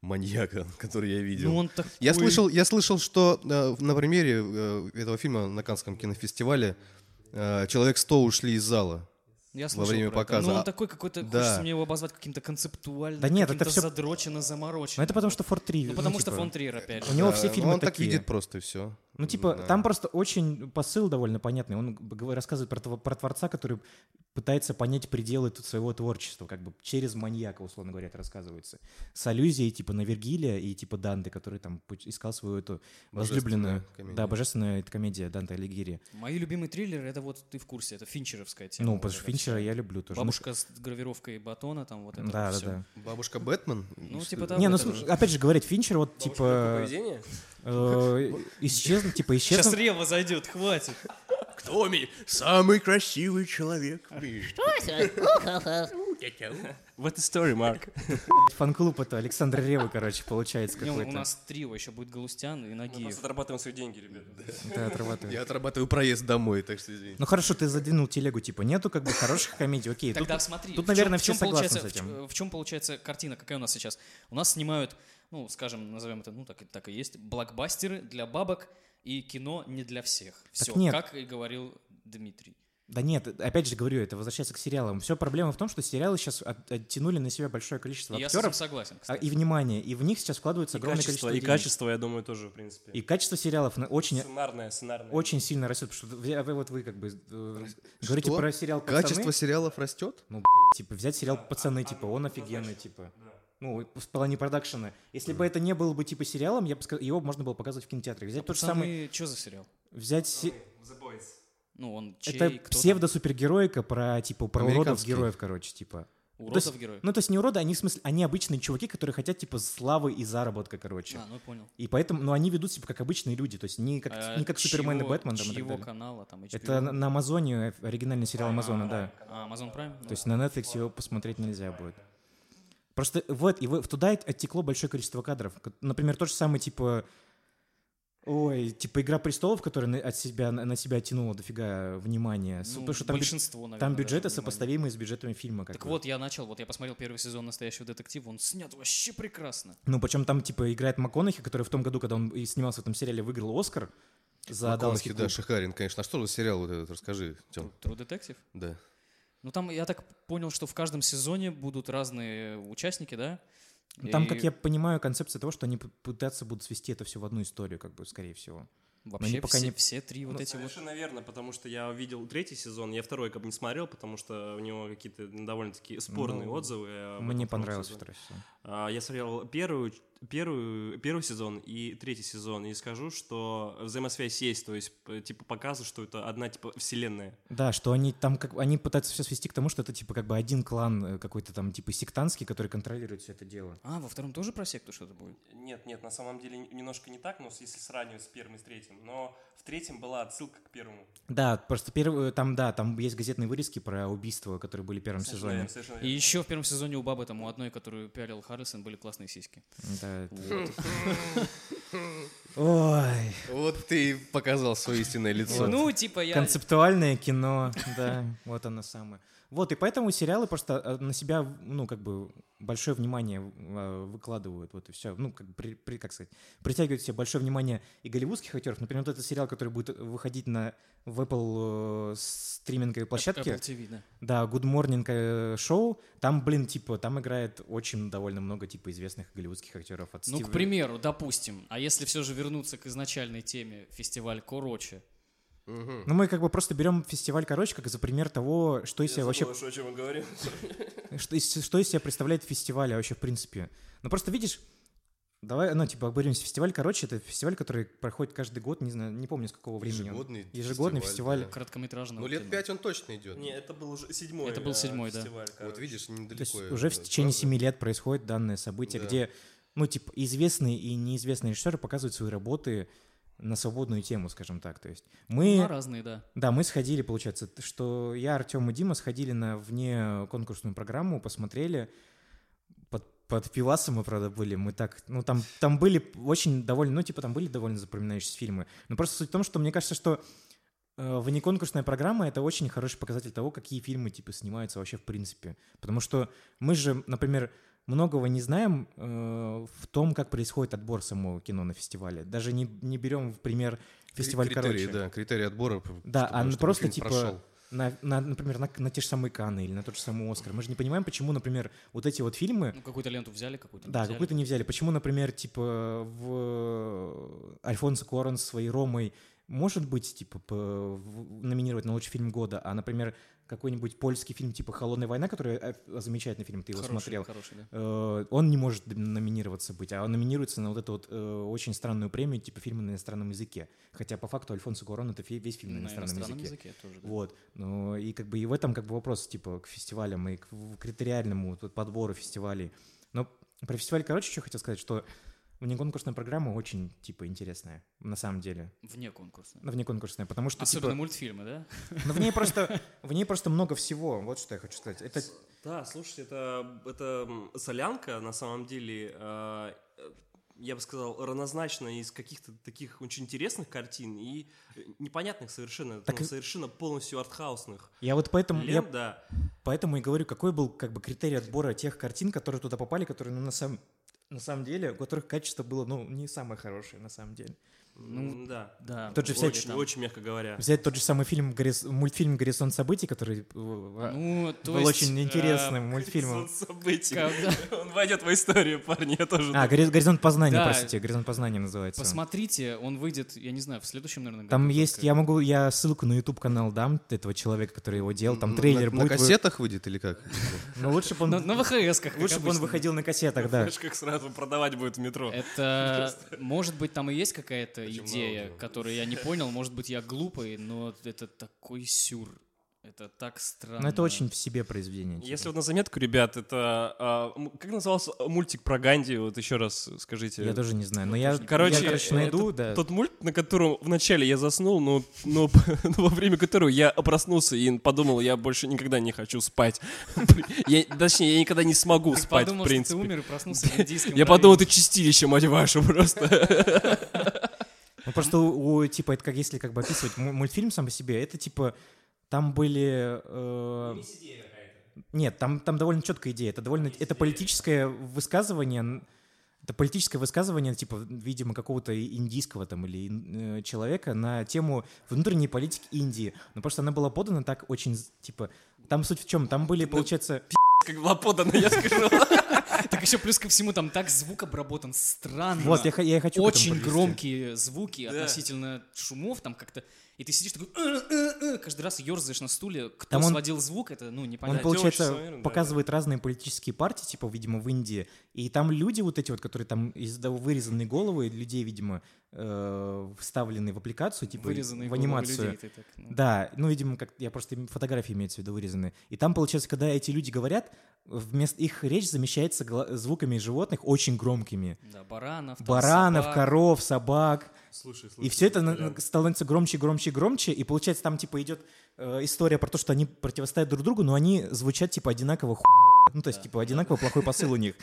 Speaker 4: маньяка, который я видел.
Speaker 3: Ну, он такой...
Speaker 4: Я слышал, я слышал, что э, на примере э, этого фильма на Канском кинофестивале э, человек 100 ушли из зала.
Speaker 3: Я
Speaker 4: во
Speaker 3: слышал
Speaker 4: время
Speaker 3: про это.
Speaker 4: показа.
Speaker 3: Ну,
Speaker 4: А-
Speaker 3: он такой какой-то,
Speaker 4: Да.
Speaker 3: хочется мне его обозвать каким-то концептуальным,
Speaker 2: Да нет, это
Speaker 3: каким-то
Speaker 2: всё-
Speaker 3: задрочено, заморочено.
Speaker 2: Ну, типа, э, это потому, что Форд
Speaker 3: Ну,
Speaker 2: Триер.
Speaker 3: потому что фон Триер, опять
Speaker 2: У
Speaker 3: же.
Speaker 2: него
Speaker 4: Да,
Speaker 2: все
Speaker 4: ну,
Speaker 2: фильмы
Speaker 4: он так
Speaker 2: такие.
Speaker 4: видит просто и все.
Speaker 2: Ну, типа, там просто очень посыл довольно понятный. Он г- г- рассказывает про, тво- про творца, который пытается понять пределы тут своего творчества, как бы через маньяка, условно говоря, это рассказывается. С аллюзией, типа, на Вергилия и, типа, Данте, который там пу- искал свою эту возлюбленную...
Speaker 4: Божественная комедия.
Speaker 2: Да, божественная эта комедия Данте Алигири.
Speaker 3: Мои любимые триллеры, это вот ты в курсе, это финчеровская тема.
Speaker 2: Ну,
Speaker 3: вот
Speaker 2: потому что
Speaker 3: это
Speaker 2: Финчера
Speaker 3: всё.
Speaker 2: я люблю тоже. Ну,
Speaker 3: Бабушка с гравировкой батона, там вот это
Speaker 2: Да, да,
Speaker 3: всё.
Speaker 2: да.
Speaker 4: Бабушка Бэтмен?
Speaker 3: Ну,
Speaker 4: Что-
Speaker 3: типа того.
Speaker 2: Не,
Speaker 3: вот
Speaker 2: ну,
Speaker 3: это
Speaker 2: слушай,
Speaker 3: же.
Speaker 2: опять же, говорить, Финчер вот,
Speaker 1: Бабушка
Speaker 2: типа,
Speaker 1: поведения?
Speaker 2: э, исчезну, типа,
Speaker 3: Сейчас
Speaker 2: исчезну.
Speaker 3: Рева зайдет, хватит.
Speaker 4: Томми, самый красивый человек. в мире.
Speaker 1: В этой истории, Марк.
Speaker 2: Фан-клуб это Александр Ревы, короче, получается
Speaker 3: Не,
Speaker 2: какой-то.
Speaker 3: У нас трио, еще будет Галустян и
Speaker 1: Мы
Speaker 3: Нагиев.
Speaker 1: просто зарабатываем свои деньги, ребят.
Speaker 2: Да, отрабатывает.
Speaker 4: Я отрабатываю проезд домой, так что извини.
Speaker 2: Ну хорошо, ты задвинул телегу, типа, нету как бы хороших комедий, окей. тут-
Speaker 3: Тогда смотри.
Speaker 2: тут,
Speaker 3: в чём-
Speaker 2: наверное,
Speaker 3: в чём
Speaker 2: все согласны
Speaker 3: получается-
Speaker 2: с этим.
Speaker 3: В чем, получается картина? Какая у нас сейчас? У нас снимают, ну, скажем, назовем это, ну, так, и- так и есть, блокбастеры для бабок и кино не для всех. Все,
Speaker 2: нет.
Speaker 3: как и говорил Дмитрий.
Speaker 2: Да нет, опять же говорю, это возвращается к сериалам. Все проблема в том, что сериалы сейчас от- оттянули на себя большое количество
Speaker 3: И я с этим
Speaker 2: актеров
Speaker 3: согласен,
Speaker 2: а,
Speaker 3: кстати.
Speaker 2: и внимание, и в них сейчас вкладывается
Speaker 1: И
Speaker 2: огромное
Speaker 1: качество, и
Speaker 2: количество денег.
Speaker 1: качество, я думаю, тоже, в принципе.
Speaker 2: И качество сериалов на- очень,
Speaker 1: Сценарное, сценарное.
Speaker 2: очень сильно растет, потому что вы- вы- вот вы как бы э, говорите
Speaker 4: Что?
Speaker 2: про сериал Ну, «Пацаны».
Speaker 4: Качество сериалов растет?
Speaker 2: Ну, блядь, типа, взять сериал «Пацаны», типа, он офигенный, типа. Ну, в плане продакшена. Если бы это не было бы, типа, сериалом, я бы сказал, его можно было показывать в кинотеатре. Взять тот же самый...
Speaker 3: Что за сериал?
Speaker 2: Взять... се-
Speaker 1: The Boys.
Speaker 3: Ну, он чей,
Speaker 2: Это
Speaker 3: кто там?
Speaker 2: псевдосупергероика про, типа, про уродов
Speaker 4: Американский.
Speaker 2: героев, короче, типа.
Speaker 3: Уродов
Speaker 2: То есть-
Speaker 3: героев?
Speaker 2: Ну, то есть не уроды, они в смысле, они обычные чуваки, которые хотят, типа, славы и заработка, короче.
Speaker 3: А, ну понял.
Speaker 2: И поэтому, ну, они ведут себя как обычные люди, то есть не как,
Speaker 3: А,
Speaker 2: не как Супермен и
Speaker 3: чьего-
Speaker 2: Бэтмен. Там, и так
Speaker 3: чьего
Speaker 2: далее.
Speaker 3: канала там? HBO?
Speaker 2: Это на на Амазоне, э, оригинальный сериал Амазона, да.
Speaker 3: А, Amazon Prime?
Speaker 2: То есть на Netflix его посмотреть нельзя будет. Просто вот, и вот туда от- оттекло большое количество кадров. К- Например, тот же самый, типа, ой, типа «Игра престолов», которая на- от себя, на на себя оттянула дофига внимания. С-
Speaker 3: Ну,
Speaker 2: потому что там, бю-
Speaker 3: большинство, наверное,
Speaker 2: там
Speaker 3: даже
Speaker 2: бюджеты
Speaker 3: внимания.
Speaker 2: сопоставимые с бюджетами фильма. Как
Speaker 3: Так
Speaker 2: бы.
Speaker 3: вот, я начал, вот я посмотрел первый сезон «Настоящего детектива», он снят вообще прекрасно.
Speaker 2: Ну, причем там, типа, играет МакКонахи, который в том году, когда он и снимался в этом сериале, выиграл «Оскар» за «Далласский
Speaker 4: МакКонахи, да,
Speaker 2: клуб».
Speaker 4: шикарен, конечно. А что за сериал вот этот, расскажи, Тём?
Speaker 3: «Тру детектив».
Speaker 4: Да.
Speaker 3: Ну там, я так понял, что в каждом сезоне будут разные участники, да?
Speaker 2: Ну, Там,
Speaker 3: И
Speaker 2: как я понимаю, концепция того, что они п- пытаться будут свести это все в одну историю, как бы, скорее всего.
Speaker 3: Вообще
Speaker 2: они пока
Speaker 3: все,
Speaker 2: не-
Speaker 3: все три вот
Speaker 2: Ну,
Speaker 3: эти вот...
Speaker 1: Совершенно верно, потому что я видел третий сезон, я второй как бы не смотрел, потому что у него какие-то довольно-таки спорные
Speaker 2: Ну,
Speaker 1: отзывы.
Speaker 3: А,
Speaker 1: э, об
Speaker 2: Мне
Speaker 1: этом втором
Speaker 2: понравилось
Speaker 1: сезоне.
Speaker 2: второй сезон.
Speaker 1: А, Я смотрел первую, первую, первый сезон и третий сезон, и скажу, что взаимосвязь есть, то есть п- типа показывают, что это одна типа вселенная.
Speaker 2: Да, что они там как они пытаются все свести к тому, что это типа как бы один клан э, какой-то там типа сектантский, который контролирует все это дело.
Speaker 3: А, во втором тоже про секту что-то будет?
Speaker 1: Нет, нет, на самом деле н- немножко не так, но с- если сравнивать с первым и с третьим, но в третьем была отсылка к первому.
Speaker 2: Да, просто первый там да, там есть газетные вырезки про убийства, которые были в первом
Speaker 1: Совершенно верно,
Speaker 2: сезоне.
Speaker 1: совершенно
Speaker 3: И
Speaker 1: верно.
Speaker 3: еще в первом сезоне у бабы там, у одной, которую пялил Харрисон, были классные сиськи.
Speaker 2: Да, это-
Speaker 3: Вот.
Speaker 2: Ой,
Speaker 4: Вот ты показал свое истинное лицо.
Speaker 3: Ну, типа я...
Speaker 2: концептуальное кино, да, вот оно самое. Вот и поэтому сериалы просто э, на себя ну как бы большое внимание э, выкладывают, вот и все, ну как бы при- при- как сказать, притягивают к себе большое внимание и голливудских актеров. Например, вот этот сериал, который будет выходить на в Apple э, стриминговой площадке.
Speaker 3: Apple TV, да.
Speaker 2: Да, Good Morning э, шоу. Там, блин, типа, там играет очень довольно много, типа, известных голливудских актеров. От
Speaker 3: Ну,
Speaker 2: Стива-
Speaker 3: к примеру, допустим, а если все же вернуться к изначальной теме фестиваль короче,
Speaker 4: Мгм.
Speaker 2: Ну, мы как бы просто берем фестиваль, короче, как за пример того, что из
Speaker 1: Я
Speaker 2: себя вообще...
Speaker 1: забыл уже, о чем мы говорим.
Speaker 2: Что из, что из себя представляет фестиваль а вообще, в принципе. Ну, просто видишь... Давай, ну, типа, обговоримся. Фестиваль, короче, это фестиваль, который проходит каждый год, не знаю, не помню, с какого времени. он.
Speaker 4: Ну, Ежегодный
Speaker 2: Ежегодный фестиваль.
Speaker 4: да.
Speaker 3: короткометражного
Speaker 4: Ну, лет
Speaker 3: кино.
Speaker 4: пять он точно идет.
Speaker 1: Не, это был уже седьмой.
Speaker 3: Это был
Speaker 1: э,
Speaker 3: седьмой, да.
Speaker 1: фестиваль,
Speaker 4: Вот
Speaker 1: короче.
Speaker 4: видишь,
Speaker 2: То
Speaker 4: недалеко.
Speaker 2: есть уже в течение семи лет происходит данное событие,
Speaker 4: Да.
Speaker 2: где, ну, типа, известные и неизвестные режиссеры показывают свои работы на свободную тему, скажем так. То есть мы...
Speaker 3: Ну, разные, да.
Speaker 2: Да, мы сходили, получается, т- что я, Артем и Дима сходили на вне конкурсную программу, посмотрели. Под, под пивасы мы, правда, были. Мы так, ну, там, там были очень довольно, ну, типа, там были довольно запоминающиеся фильмы. Но просто суть в том, что мне кажется, что э, внеконкурсная программа — это очень хороший показатель того, какие фильмы, типа, снимаются вообще в принципе. Потому что мы же, например, многого не знаем э, в том, как происходит отбор самого кино на фестивале. Даже не, не берем в пример фестиваль,
Speaker 4: критерии,
Speaker 2: короче.
Speaker 4: да, критерии отбора.
Speaker 2: Да,
Speaker 4: чтобы-
Speaker 2: а
Speaker 4: чтобы
Speaker 2: просто
Speaker 4: фильм
Speaker 2: типа
Speaker 4: прошел.
Speaker 2: на, на- например, на, на те же самые Каны или на тот же самый Оскар. Мы же не понимаем, почему, например, вот эти вот фильмы,
Speaker 3: Ну, какую-то ленту взяли, какую-то не
Speaker 2: да,
Speaker 3: взяли.
Speaker 2: какую-то не взяли. Почему, например, типа э, в Альфонсо Корон своей Ромой может быть, типа, п- в- номинировать на лучший фильм года, а, например, какой-нибудь польский фильм типа «Холодная война», который э, замечательный фильм, ты его
Speaker 3: Хороший,
Speaker 2: смотрел,
Speaker 3: хороший, да.
Speaker 2: э, он не может номинироваться быть, а он номинируется на вот эту вот э, очень странную премию, типа фильм на иностранном языке. Хотя по факту Альфонсо Куарон это фи- весь фильм на, иностранном, языке.
Speaker 3: тоже. да.
Speaker 2: Вот. Ну, и как бы и в этом как бы вопрос, типа, к фестивалям и к в- критериальному вот подбору фестивалей. Но про фестиваль, короче, что хотел сказать, что внеконкурсная программа очень, типа, интересная, на самом деле.
Speaker 3: Вне конкурса.
Speaker 2: Ну, внеконкурсная, потому что,
Speaker 3: Особенно
Speaker 2: типа,
Speaker 3: мультфильмы, да?
Speaker 2: ну, в ней просто, в ней просто много всего, вот что я хочу сказать. Это,
Speaker 1: Да, слушайте, это, это м, солянка, на самом деле, э, э, я бы сказал, равнозначно из каких-то таких очень интересных картин и э, непонятных совершенно,
Speaker 2: Так
Speaker 1: ну,
Speaker 2: и-
Speaker 1: совершенно полностью артхаусных
Speaker 2: я вот поэтому, я
Speaker 1: лент, да.
Speaker 2: поэтому и говорю, какой был, как бы, критерий отбора тех картин, которые туда попали, которые, ну, на самом, на самом деле, у которых качество было, ну, не самое хорошее, на самом деле.
Speaker 1: Ну, да.
Speaker 3: Да.
Speaker 2: Тот же
Speaker 3: вроде
Speaker 1: Очень,
Speaker 3: там.
Speaker 1: очень мягко говоря.
Speaker 2: Взять тот же самый фильм, «Горис- мультфильм «Горизонт событий», который э, в-
Speaker 3: Ну, то
Speaker 2: был
Speaker 3: есть,
Speaker 2: очень
Speaker 3: э,
Speaker 2: интересным мультфильмом.
Speaker 1: Горизонт событий.
Speaker 3: когда-
Speaker 1: Он войдет в историю, парни, я тоже.
Speaker 2: А, «Гори- «Горизонт познания»,
Speaker 3: Да.
Speaker 2: простите, «Горизонт познания» называется.
Speaker 3: Посмотрите, он выйдет, я не знаю, в следующем, наверное,
Speaker 2: Там
Speaker 3: году
Speaker 2: есть,
Speaker 3: только.
Speaker 2: я могу, я ссылку на YouTube канал дам этого человека, который его делал, там трейлер
Speaker 4: на, на
Speaker 2: будет. вы-
Speaker 4: кассетах выйдет или как?
Speaker 2: Но лучше бы
Speaker 3: На,
Speaker 2: он,
Speaker 3: на ВХС-ках, Ну, как
Speaker 2: лучше бы он
Speaker 3: обычно. Ну,
Speaker 2: выходил на кассетах, да. Э,
Speaker 1: Знаешь, как сразу продавать будет в метро.
Speaker 3: Это, может быть, там и есть какая-то
Speaker 4: Очень
Speaker 3: идея,
Speaker 4: мало, да.
Speaker 3: которую я не понял, может быть, я глупый, но это такой сюр. Это так странно.
Speaker 2: Но это очень в себе произведение. типа.
Speaker 1: Если вот на заметку, ребят, это... а, м- как назывался мультик про Ганди? Вот еще раз скажите.
Speaker 2: Я даже не
Speaker 3: ну,
Speaker 2: знаю, но я,
Speaker 1: Короче,
Speaker 2: я, короче,
Speaker 1: это
Speaker 2: найду,
Speaker 3: Э,
Speaker 2: да.
Speaker 1: Тот мульт, на котором вначале я заснул, но, но, п- но во время которого я проснулся и подумал, я больше никогда не хочу спать. Я- точнее, я никогда не смогу
Speaker 3: Ты
Speaker 1: спать,
Speaker 3: подумал,
Speaker 1: в принципе.
Speaker 3: что ты умер а и проснулся в индийском
Speaker 1: Я
Speaker 3: раю.
Speaker 1: подумал, это чистилище, мать вашу, просто.
Speaker 2: Ну, просто у, у, типа, это как если как бы описывать му- мультфильм сам по себе, это типа там были... э, Нет, там, там довольно четкая идея. Это довольно... Это политическое высказывание... н- Это политическое высказывание, типа, видимо, какого-то индийского там или ин- э, человека на тему внутренней политики Индии. Но просто она была подана так очень, з- типа... Там суть в чем? Там были, получается...
Speaker 1: Как была подана, я скажу.
Speaker 3: Так еще плюс ко всему там так звук обработан странно.
Speaker 2: Вот, я, х- я и хочу к этому
Speaker 3: Очень
Speaker 2: подвести.
Speaker 3: громкие звуки
Speaker 1: Да.
Speaker 3: относительно шумов там как-то. И ты сидишь такой «Э-э-э-э», каждый раз ерзаешь на стуле. Кто
Speaker 2: Там он-
Speaker 3: сводил звук, это ну
Speaker 2: Он,
Speaker 1: Понятно.
Speaker 3: непонятно.
Speaker 1: пол-
Speaker 2: получается,
Speaker 1: Очень современно, да,
Speaker 2: показывает разные политические партии, типа, видимо, в Индии. И там люди вот эти вот, которые там из вырезанные головы, людей, видимо, э, вставлены в аппликацию, типа,
Speaker 3: Вырезанные
Speaker 2: в
Speaker 3: головы
Speaker 2: анимацию.
Speaker 3: людей, ты так, ну.
Speaker 2: Да, ну, видимо, как я просто им- фотографии имеются в виду вырезаны. И там, получается, когда эти люди говорят, вместо их речь замещается гла- звуками животных очень громкими.
Speaker 3: Да, баранов, там,
Speaker 2: Баранов,
Speaker 3: собак.
Speaker 2: коров, собак.
Speaker 1: Слушай, слушай.
Speaker 2: И все это на- становится громче, громче, громче, и получается там типа идет э, история про то, что они противостоят друг другу, но они звучат типа одинаково ху... Ну, то есть, типа, одинаково плохой посыл у них.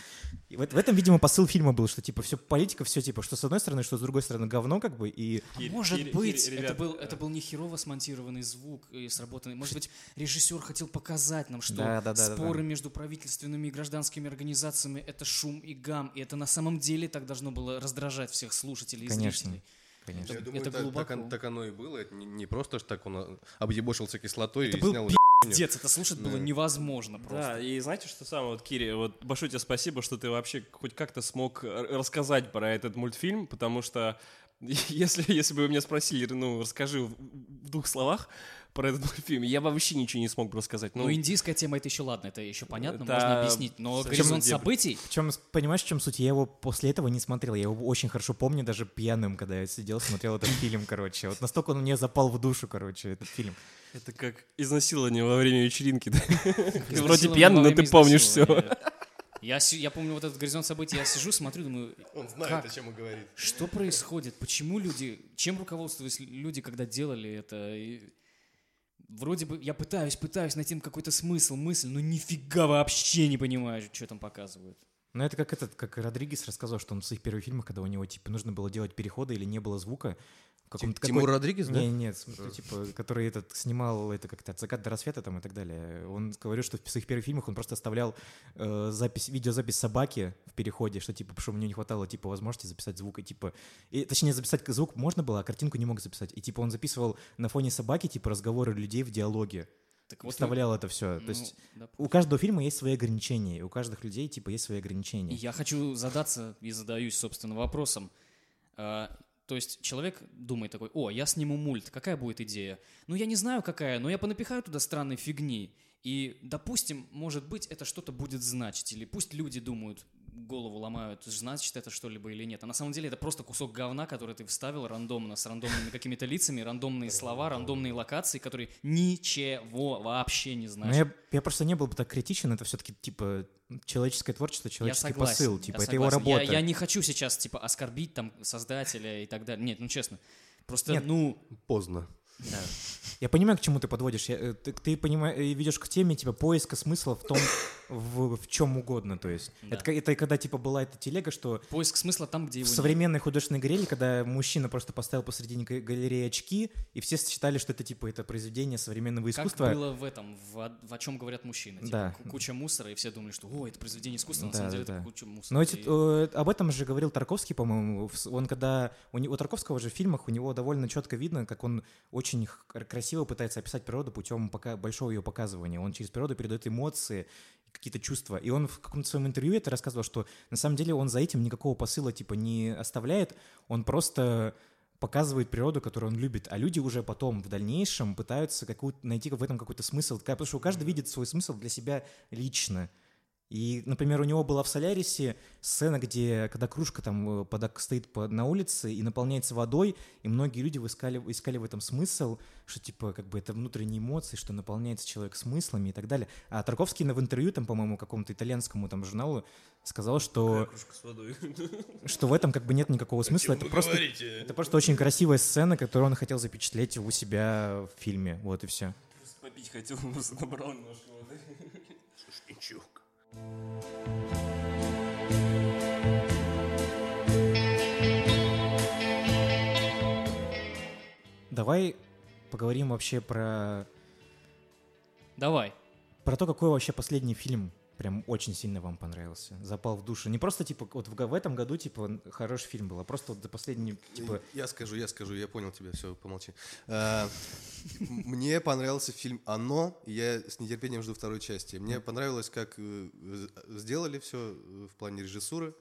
Speaker 2: И вот в этом, видимо, посыл фильма был, что, типа, все политика, все, типа, что с одной стороны, что с другой стороны говно, как бы, и...
Speaker 3: А
Speaker 1: Кири-
Speaker 3: Может
Speaker 1: Кири-
Speaker 3: быть,
Speaker 1: Кири,
Speaker 3: это
Speaker 1: ребят,
Speaker 3: был
Speaker 1: э,
Speaker 3: это был не херово смонтированный звук и сработанный. Может быть, режиссер хотел показать нам, что
Speaker 2: Да, да, да, да, да.
Speaker 3: споры между правительственными и гражданскими организациями это шум и гам, и это на самом деле так должно было раздражать всех слушателей и
Speaker 2: Конечно,
Speaker 3: зрителей.
Speaker 2: конечно.
Speaker 4: Я
Speaker 3: Это-
Speaker 4: думаю,
Speaker 3: это
Speaker 4: так, так он-
Speaker 3: глубоко.
Speaker 4: так оно и было. Это не, не просто ж так он а, объебошился кислотой
Speaker 3: Это
Speaker 4: и
Speaker 3: был
Speaker 4: снял.
Speaker 3: Пиздец, это слушать было
Speaker 4: Да.
Speaker 3: невозможно просто.
Speaker 1: Ну, Да, и знаете, что самое, вот, Кири, вот большое тебе спасибо, что ты вообще хоть как-то смог р- рассказать про этот мультфильм, потому что если, если бы вы меня спросили, ну, расскажи в, в двух словах про этот мультфильм, я бы вообще ничего не смог бы рассказать. Ну,
Speaker 3: Ну, индийская тема это еще ладно, это еще понятно,
Speaker 1: Это
Speaker 3: можно объяснить. Но
Speaker 1: совсем
Speaker 3: горизонт
Speaker 1: дебри.
Speaker 3: событий
Speaker 2: В чем, понимаешь, в чем суть? Я его после этого не смотрел. Я его очень хорошо помню, даже пьяным, когда я сидел, смотрел этот фильм, короче. Вот настолько он мне запал в душу, короче, этот фильм.
Speaker 1: это как изнасилование во время вечеринки. да. Ты вроде
Speaker 3: изнасилование
Speaker 1: пьяный,
Speaker 3: во
Speaker 1: но
Speaker 3: время
Speaker 1: ты помнишь все.
Speaker 3: изнасилования. Я, си- я помню вот этот горизонт событий, я сижу, смотрю, думаю,
Speaker 4: Он
Speaker 3: знает,
Speaker 4: знает,
Speaker 3: Как?
Speaker 4: о чем он говорит.
Speaker 3: Что происходит? Почему люди... Чем руководствовались люди, когда делали это? И Вроде бы я пытаюсь, пытаюсь найти им какой-то смысл, мысль, но нифига вообще не понимаю, что там показывают.
Speaker 2: Ну, это как этот, как Родригес рассказал, что он в своих первых фильмах, когда у него, типа, нужно было делать переходы или не было звука, в каком-то
Speaker 4: Тимур
Speaker 2: какой-
Speaker 4: Родригес, да?
Speaker 2: Не, нет, типа, который этот снимал это как-то от заката до рассвета там и так далее. Он говорил, что в своих первых фильмах он просто оставлял э, запись, видеозапись собаки в переходе, что типа, потому что мне не хватало типа возможности записать звук и типа, и, точнее записать звук можно было, а картинку не мог записать. И типа он записывал на фоне собаки типа разговоры людей в диалоге,
Speaker 3: Так вот,
Speaker 2: вставлял это все.
Speaker 3: ну,
Speaker 2: То есть
Speaker 3: да.
Speaker 2: у каждого фильма есть свои ограничения, и у каждых людей типа есть свои ограничения.
Speaker 3: И Я хочу задаться и задаюсь, собственно, вопросом. А, то есть человек думает такой, о, я сниму мульт, какая будет идея? Ну, я не знаю, какая, но я понапихаю туда странной фигни. И, допустим, может быть, это что-то будет значить. Или пусть люди думают, голову ломают, значит это что-либо или нет. А на самом деле это просто кусок говна, который ты вставил рандомно, с рандомными какими-то лицами, рандомные слова, рандомные локации, которые ничего вообще не
Speaker 2: Но
Speaker 3: значат.
Speaker 2: Ну, я, я просто не был бы так критичен, это все-таки типа человеческое творчество, человеческий посыл,
Speaker 3: я
Speaker 2: типа это его
Speaker 3: согласен. Я-
Speaker 2: работа.
Speaker 3: Я, не хочу сейчас типа оскорбить там создателя и так далее. Нет, ну честно. Просто,
Speaker 2: Нет.
Speaker 3: ну,
Speaker 4: Поздно.
Speaker 2: Я понимаю, к чему ты подводишь. Я, э, ты ты понимаешь, ведешь к теме типа поиска смысла в том, в, в чем угодно. То есть
Speaker 3: Да.
Speaker 2: это, ка- это когда типа была эта телега, что
Speaker 3: поиск смысла там, где
Speaker 2: в
Speaker 3: его нет.
Speaker 2: современной художественной галерее, когда мужчина просто поставил посредине га- галереи очки, и все считали, что это типа это произведение современного
Speaker 3: Как
Speaker 2: искусства.
Speaker 3: было в этом, в, о- в о чем говорят мужчины. Типа,
Speaker 2: Да.
Speaker 3: ку- куча мусора, и все думали, что, о, это произведение искусства, на
Speaker 2: Да,
Speaker 3: самом
Speaker 2: да,
Speaker 3: деле это
Speaker 2: да.
Speaker 3: куча мусора.
Speaker 2: Но
Speaker 3: И-
Speaker 2: эти- э, об этом же говорил Тарковский, по-моему. в с- Он когда... У, не- у Тарковского же в фильмах у него довольно четко видно, как он очень х- красиво пытается описать природу путем пока, большого ее показывания. Он через природу передает эмоции, какие-то чувства. И он в каком-то своем интервью это рассказывал, что на самом деле он за этим никакого посыла типа не оставляет. Он просто показывает природу, которую он любит, а люди уже потом в дальнейшем пытаются какую найти в этом какой-то смысл, Ка- потому что каждый видит свой смысл для себя лично. И, например, у него была в «Солярисе» сцена, где, когда кружка там э, под- стоит по- на улице и наполняется водой, и многие люди искали, искали в этом смысл, что, типа, как бы это внутренние эмоции, что наполняется человек смыслами и так далее. А Тарковский на- в интервью, там, по-моему, какому-то итальянскому там журналу сказал, что,
Speaker 1: Кружка с водой.
Speaker 2: что в этом как бы нет никакого смысла. Это просто, это просто очень красивая сцена, которую он хотел запечатлеть у себя в фильме. Вот и все.
Speaker 1: Просто попить хотел, просто набрал немножко воды.
Speaker 2: Давай поговорим вообще про
Speaker 3: Давай.
Speaker 2: Про то, какой вообще последний фильм прям очень сильно вам понравился, запал в душу. Не просто, типа, вот в, г- в этом году, типа, н- хороший фильм был, а просто вот за последний, типа...
Speaker 4: Э, Я скажу, я скажу, я понял тебя, все, помолчи. А, м- Мне понравился фильм «Оно», и я с нетерпением жду второй части. Мне понравилось, как э, з- сделали все в плане режиссуры,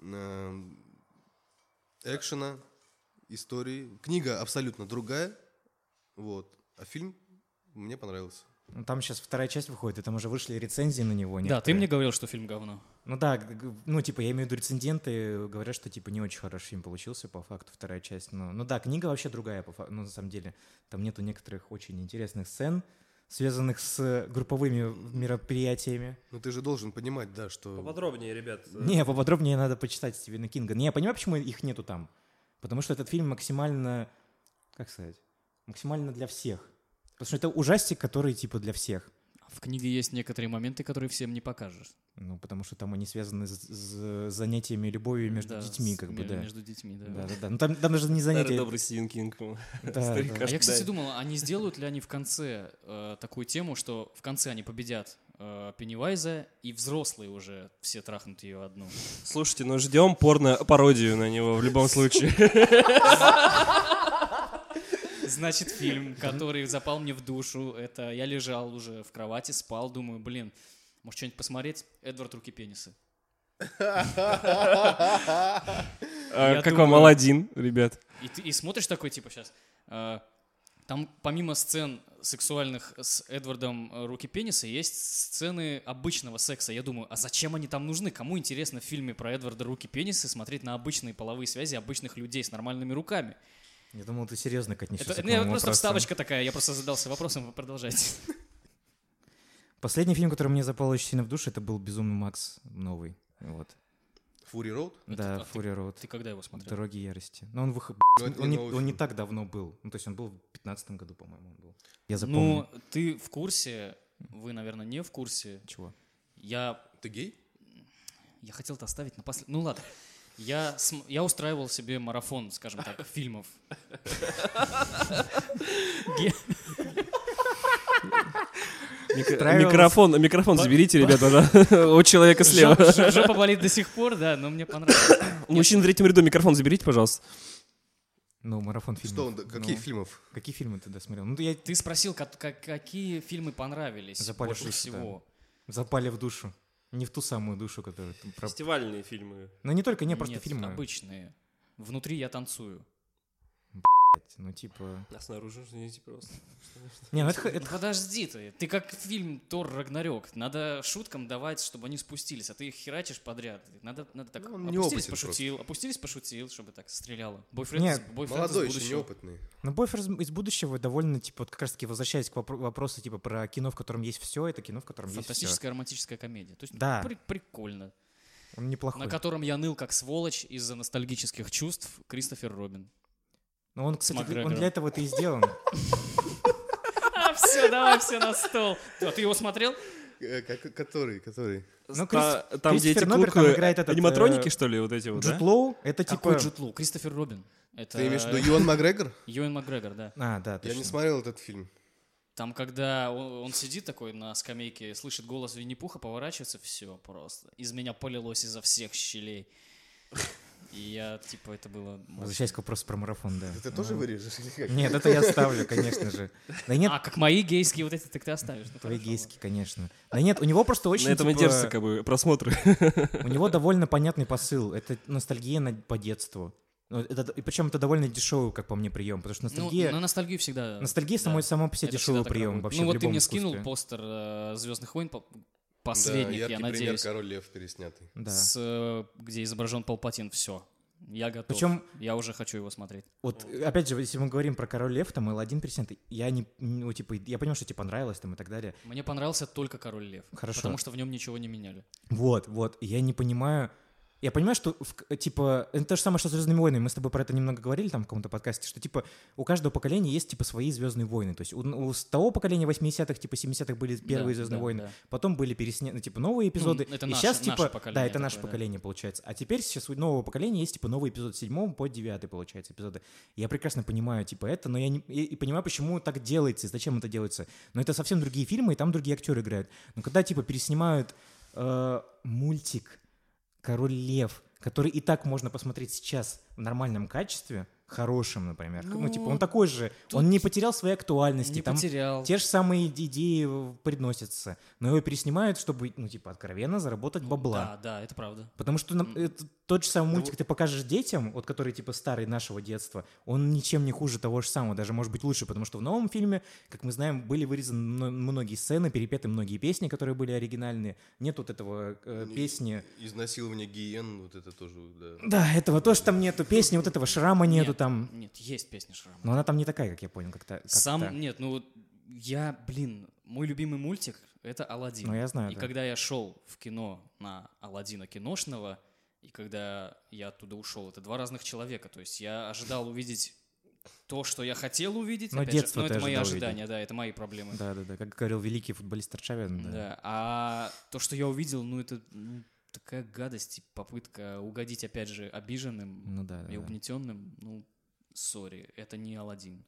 Speaker 4: эм, экшена, истории. Книга абсолютно другая, вот, а фильм мне понравился.
Speaker 2: ну, Там сейчас вторая часть выходит, и там уже вышли рецензии на него.
Speaker 3: Да, ты
Speaker 2: некоторые.
Speaker 3: мне говорил, что фильм говно.
Speaker 2: Ну да, г- г- ну, типа, я имею в виду рецензенты, говорят, что, типа, не очень хороший фильм получился, по факту, вторая часть. Но, ну да, книга вообще другая, по фа- ну, на самом деле. Там нету некоторых очень интересных сцен, связанных с э, групповыми мероприятиями.
Speaker 4: Ну ты же должен понимать, да, что...
Speaker 1: Поподробнее, ребят. э,
Speaker 2: Не, поподробнее надо почитать Стивена Кинга. Не, я понимаю, почему их нету там. Потому что этот фильм максимально, как сказать, максимально для всех. Потому что это ужастик, который типа для всех.
Speaker 3: В книге есть некоторые моменты, которые всем не покажешь.
Speaker 2: Ну, потому что там они связаны с, с занятиями любовью между
Speaker 3: Да,
Speaker 2: детьми,
Speaker 3: с-
Speaker 2: как бы,
Speaker 3: ме-
Speaker 2: да.
Speaker 3: Между детьми, да.
Speaker 2: Да, да, да. Ну, там, там даже
Speaker 1: Старый
Speaker 2: не занятия.
Speaker 1: добрый Стивен Кинг.
Speaker 2: Да,
Speaker 1: старик.
Speaker 2: да.
Speaker 3: А я, кстати,
Speaker 1: Ожидаю.
Speaker 3: думал, а не сделают ли они в конце э, такую тему, что в конце они победят э, Пеннивайза, и взрослые уже все трахнут ее одну.
Speaker 1: Слушайте, ну ждем порно-пародию на него в любом случае.
Speaker 3: Значит, фильм, который запал мне в душу, это я лежал уже в кровати, спал, думаю, блин, может что-нибудь посмотреть? Эдвард Руки Пенисы.
Speaker 1: А,
Speaker 3: Я
Speaker 1: Как
Speaker 3: думаю-
Speaker 1: вам Аладдин, ребят?
Speaker 3: И ты и смотришь такой, типа, сейчас. Там помимо сцен сексуальных с Эдвардом э, Руки Пениса есть сцены обычного секса. Я думаю, а зачем они там нужны? Кому интересно в фильме про Эдварда Руки Пениса смотреть на обычные половые связи обычных людей с нормальными руками?
Speaker 2: Я думал, ты серьезно к отнесешься
Speaker 3: Это
Speaker 2: к
Speaker 3: ну, я
Speaker 2: моему
Speaker 3: просто
Speaker 2: вопросу.
Speaker 3: вставочка такая, я просто задался вопросом, вы продолжайте.
Speaker 2: Последний фильм, который мне запал очень сильно в душу, это был «Безумный Макс» новый. Вот.
Speaker 4: Фури Роуд?
Speaker 2: да,
Speaker 3: а ты-
Speaker 2: «Фурия Роуд».
Speaker 3: Ты когда его смотрел?
Speaker 2: «Дороги ярости». Но он, выход...
Speaker 4: Ну, это
Speaker 2: он, не,
Speaker 4: новый
Speaker 2: он не
Speaker 4: фильм.
Speaker 2: так давно был. Ну, то есть он был в 15 году, по-моему, он был. Я запомнил.
Speaker 3: Ну, ты в курсе, вы, наверное, не в курсе.
Speaker 2: Чего?
Speaker 3: Я
Speaker 4: Ты гей?
Speaker 3: Я хотел это оставить на после... Ну ладно. Я, см- я устраивал себе марафон, скажем так, фильмов. Ге-
Speaker 1: Микро-
Speaker 2: Понравилось?
Speaker 1: Микрофон, микрофон заберите, ребята, да, у человека слева.
Speaker 3: Жо- жо- Жопа болит до сих пор, да, но мне понравилось.
Speaker 1: У мужчин в третьем ряду микрофон заберите, пожалуйста.
Speaker 2: Ну, марафон фильмов.
Speaker 4: Что он, да, каких
Speaker 2: Ну,
Speaker 4: фильмов?
Speaker 2: Какие фильмы ты досмотрел? Ну, я
Speaker 3: Ты спросил, как- как- какие фильмы понравились
Speaker 2: Запали
Speaker 3: больше
Speaker 2: душу,
Speaker 3: всего.
Speaker 2: запали в душу. Не в ту самую душу, которую ты про-
Speaker 1: Фестивальные фильмы.
Speaker 2: Ну, не только, не, просто
Speaker 3: Нет,
Speaker 2: фильмы.
Speaker 3: обычные. Внутри я танцую.
Speaker 2: блядь, Ну, типа...
Speaker 1: А снаружи, извините, просто.
Speaker 2: Не, ну это, х-
Speaker 3: Ну,
Speaker 2: это х-
Speaker 3: Подожди ты, ты как фильм Тор Рагнарёк. Надо шуткам давать, чтобы они спустились, а ты их херачишь подряд. Надо, надо так,
Speaker 4: Ну, он
Speaker 3: опустились,
Speaker 4: неопытен
Speaker 3: пошутил, опустились, пошутил, чтобы так стреляло. Бойфренд, из-
Speaker 2: Нет.
Speaker 3: бойфренд из
Speaker 4: Молодой, еще
Speaker 3: будущего.
Speaker 4: неопытный.
Speaker 2: Ну, «Бойфер из- из будущего» довольно, типа, вот как раз-таки возвращаясь к вопро- вопросу, типа, про кино, в котором есть все, это кино, в котором есть все.
Speaker 3: Фантастическая романтическая комедия. То есть
Speaker 2: Да.
Speaker 3: при- прикольно.
Speaker 2: Он неплохой.
Speaker 3: На котором я ныл как сволочь из-за ностальгических чувств Кристофер Робин.
Speaker 2: Но он, кстати, для- он
Speaker 3: Макгрегором.
Speaker 2: для этого это и сделан.
Speaker 3: А, все, давай все на стол. А ты его смотрел?
Speaker 2: Типа
Speaker 4: Э, как- который, который?
Speaker 2: Ну,
Speaker 1: Та-
Speaker 2: Крис-
Speaker 1: Там, где
Speaker 2: Кристофер
Speaker 1: эти
Speaker 2: Нолберт, там
Speaker 1: куклы,
Speaker 2: играет этот,
Speaker 1: аниматроники,
Speaker 2: э,
Speaker 1: что ли, вот эти вот, да?
Speaker 2: Джуд Лоу — это,
Speaker 3: Какой
Speaker 2: типа...
Speaker 3: Джуд Лоу? Кристофер Робин. Это
Speaker 4: Ты имеешь в виду Юан Макгрегор?
Speaker 3: Юэн Макгрегор, да.
Speaker 2: А, да,
Speaker 4: Я Э, не
Speaker 2: точно.
Speaker 4: смотрел этот фильм.
Speaker 3: Там, когда он, он сидит такой на скамейке, слышит голос Винни-Пуха, поворачивается, все просто. Из меня полилось изо всех щелей. И я, типа, это было...
Speaker 2: Возвращаясь к вопросу про марафон, да.
Speaker 4: Ты тоже
Speaker 2: Ну,
Speaker 4: вырежешь? или как?
Speaker 2: Нет, это я ставлю, конечно же. Да и нет,
Speaker 3: А, как мои гейские вот эти, так ты оставишь. Ну,
Speaker 2: твои
Speaker 3: хорошо,
Speaker 2: гейски, конечно. Да нет, у него просто очень,
Speaker 1: На этом и
Speaker 2: типа,
Speaker 1: держатся как бы просмотры.
Speaker 2: у него довольно понятный посыл. Это ностальгия на- по детству. Ну, это- и причем это довольно дешевый, как по мне, прием, потому что
Speaker 3: ладно. Ну,
Speaker 2: ностальгия...
Speaker 3: на ностальгию всегда...
Speaker 2: Ностальгия
Speaker 3: да.
Speaker 2: самой, сама по себе
Speaker 3: Это всегда
Speaker 2: дешевый
Speaker 3: так
Speaker 2: прием
Speaker 3: работает.
Speaker 2: вообще
Speaker 3: Ну
Speaker 2: в
Speaker 3: вот ты
Speaker 2: любом
Speaker 3: мне скинул
Speaker 2: искусстве.
Speaker 3: постер Звездных войн, по-
Speaker 4: Да,
Speaker 3: последних,
Speaker 4: яркий
Speaker 3: я
Speaker 4: пример
Speaker 3: надеюсь,
Speaker 4: Король Лев переснятый.
Speaker 2: Да.
Speaker 3: с, э, где изображен Палпатин. Все. Я готов.
Speaker 2: Причем-
Speaker 3: Я уже хочу его смотреть.
Speaker 2: Вот, э, опять же, если мы говорим про Король Лев, там L1%, я не, ну, типа, я понимаю, что тебе понравилось там и так далее.
Speaker 3: Мне понравился только Король Лев.
Speaker 2: Хорошо.
Speaker 3: Потому что в нем ничего не меняли.
Speaker 2: Вот, вот, и я не понимаю... Я понимаю, что, в к- типа, это то же самое, что «Звездными войнами». Мы с тобой про это немного говорили там в каком-то подкасте, что, типа, у каждого поколения есть, типа, свои «Звездные войны». То есть у, у с того поколения 80-х, типа, 70-х были первые
Speaker 3: Да,
Speaker 2: «Звездные
Speaker 3: да,
Speaker 2: войны»,
Speaker 3: да.
Speaker 2: потом были пересняты, типа, новые эпизоды.
Speaker 3: Ну, это
Speaker 2: и
Speaker 3: наше-
Speaker 2: сейчас,
Speaker 3: наше
Speaker 2: типа, да,
Speaker 3: поколение
Speaker 2: это наше
Speaker 3: такое, да.
Speaker 2: поколение, получается. А теперь сейчас у нового поколения есть, типа, новый эпизод с 7 по 9, получается, эпизоды. Я прекрасно понимаю, типа, это, но я не, и, и понимаю, почему так делается, и зачем это делается. Но это совсем другие фильмы, и там другие актеры играют. Но когда, типа, переснимают э, мультик «Король лев», который и так можно посмотреть сейчас в нормальном качестве, хорошем, например. Ну,
Speaker 3: Ну,
Speaker 2: типа, он такой же,
Speaker 3: тут
Speaker 2: он не потерял своей актуальности.
Speaker 3: не
Speaker 2: там
Speaker 3: потерял.
Speaker 2: те же самые иде- идеи э, приносятся, но его переснимают, чтобы, ну, типа, откровенно заработать
Speaker 3: Ну,
Speaker 2: бабла.
Speaker 3: Да, да, это правда.
Speaker 2: Потому что нам-
Speaker 3: М. Ну
Speaker 2: это тот же самый мультик ты покажешь детям, вот который типа старый нашего детства, он ничем не хуже того же самого, даже может быть лучше, потому что в новом фильме, как мы знаем, были вырезаны мно- многие сцены, перепеты многие песни, которые были оригинальные. Нет вот этого э,
Speaker 4: Ну, и-
Speaker 2: песни.
Speaker 4: Изнасилование гиен, вот это тоже, да.
Speaker 2: Да, этого тоже там нету песни, вот этого шрама нету
Speaker 3: Нет,
Speaker 2: там.
Speaker 3: Нет, есть песня Шрама.
Speaker 2: Но она там не такая, как я понял, как-то. Ну, как-то.
Speaker 3: Сам, нет, ну, я, блин, мой любимый мультик — это «Аладдин».
Speaker 2: Ну я знаю.
Speaker 3: И
Speaker 2: да.
Speaker 3: когда я шел в кино на Аладдина киношного, и когда я оттуда ушел, это два разных человека. То есть я ожидал увидеть то, что я хотел увидеть.
Speaker 2: Но
Speaker 3: опять же,
Speaker 2: Ну, детство
Speaker 3: но
Speaker 2: ты
Speaker 3: это мои
Speaker 2: ожидал
Speaker 3: ожидания, да, это мои проблемы.
Speaker 2: Да, да, да. Как говорил великий футболист Аршавин. Да.
Speaker 3: Да, А то, что я увидел, ну это ну, такая гадость, и попытка угодить, опять же, обиженным
Speaker 2: Ну да. да,
Speaker 3: и
Speaker 2: да.
Speaker 3: угнетенным. Ну, сори, это не Аладдин.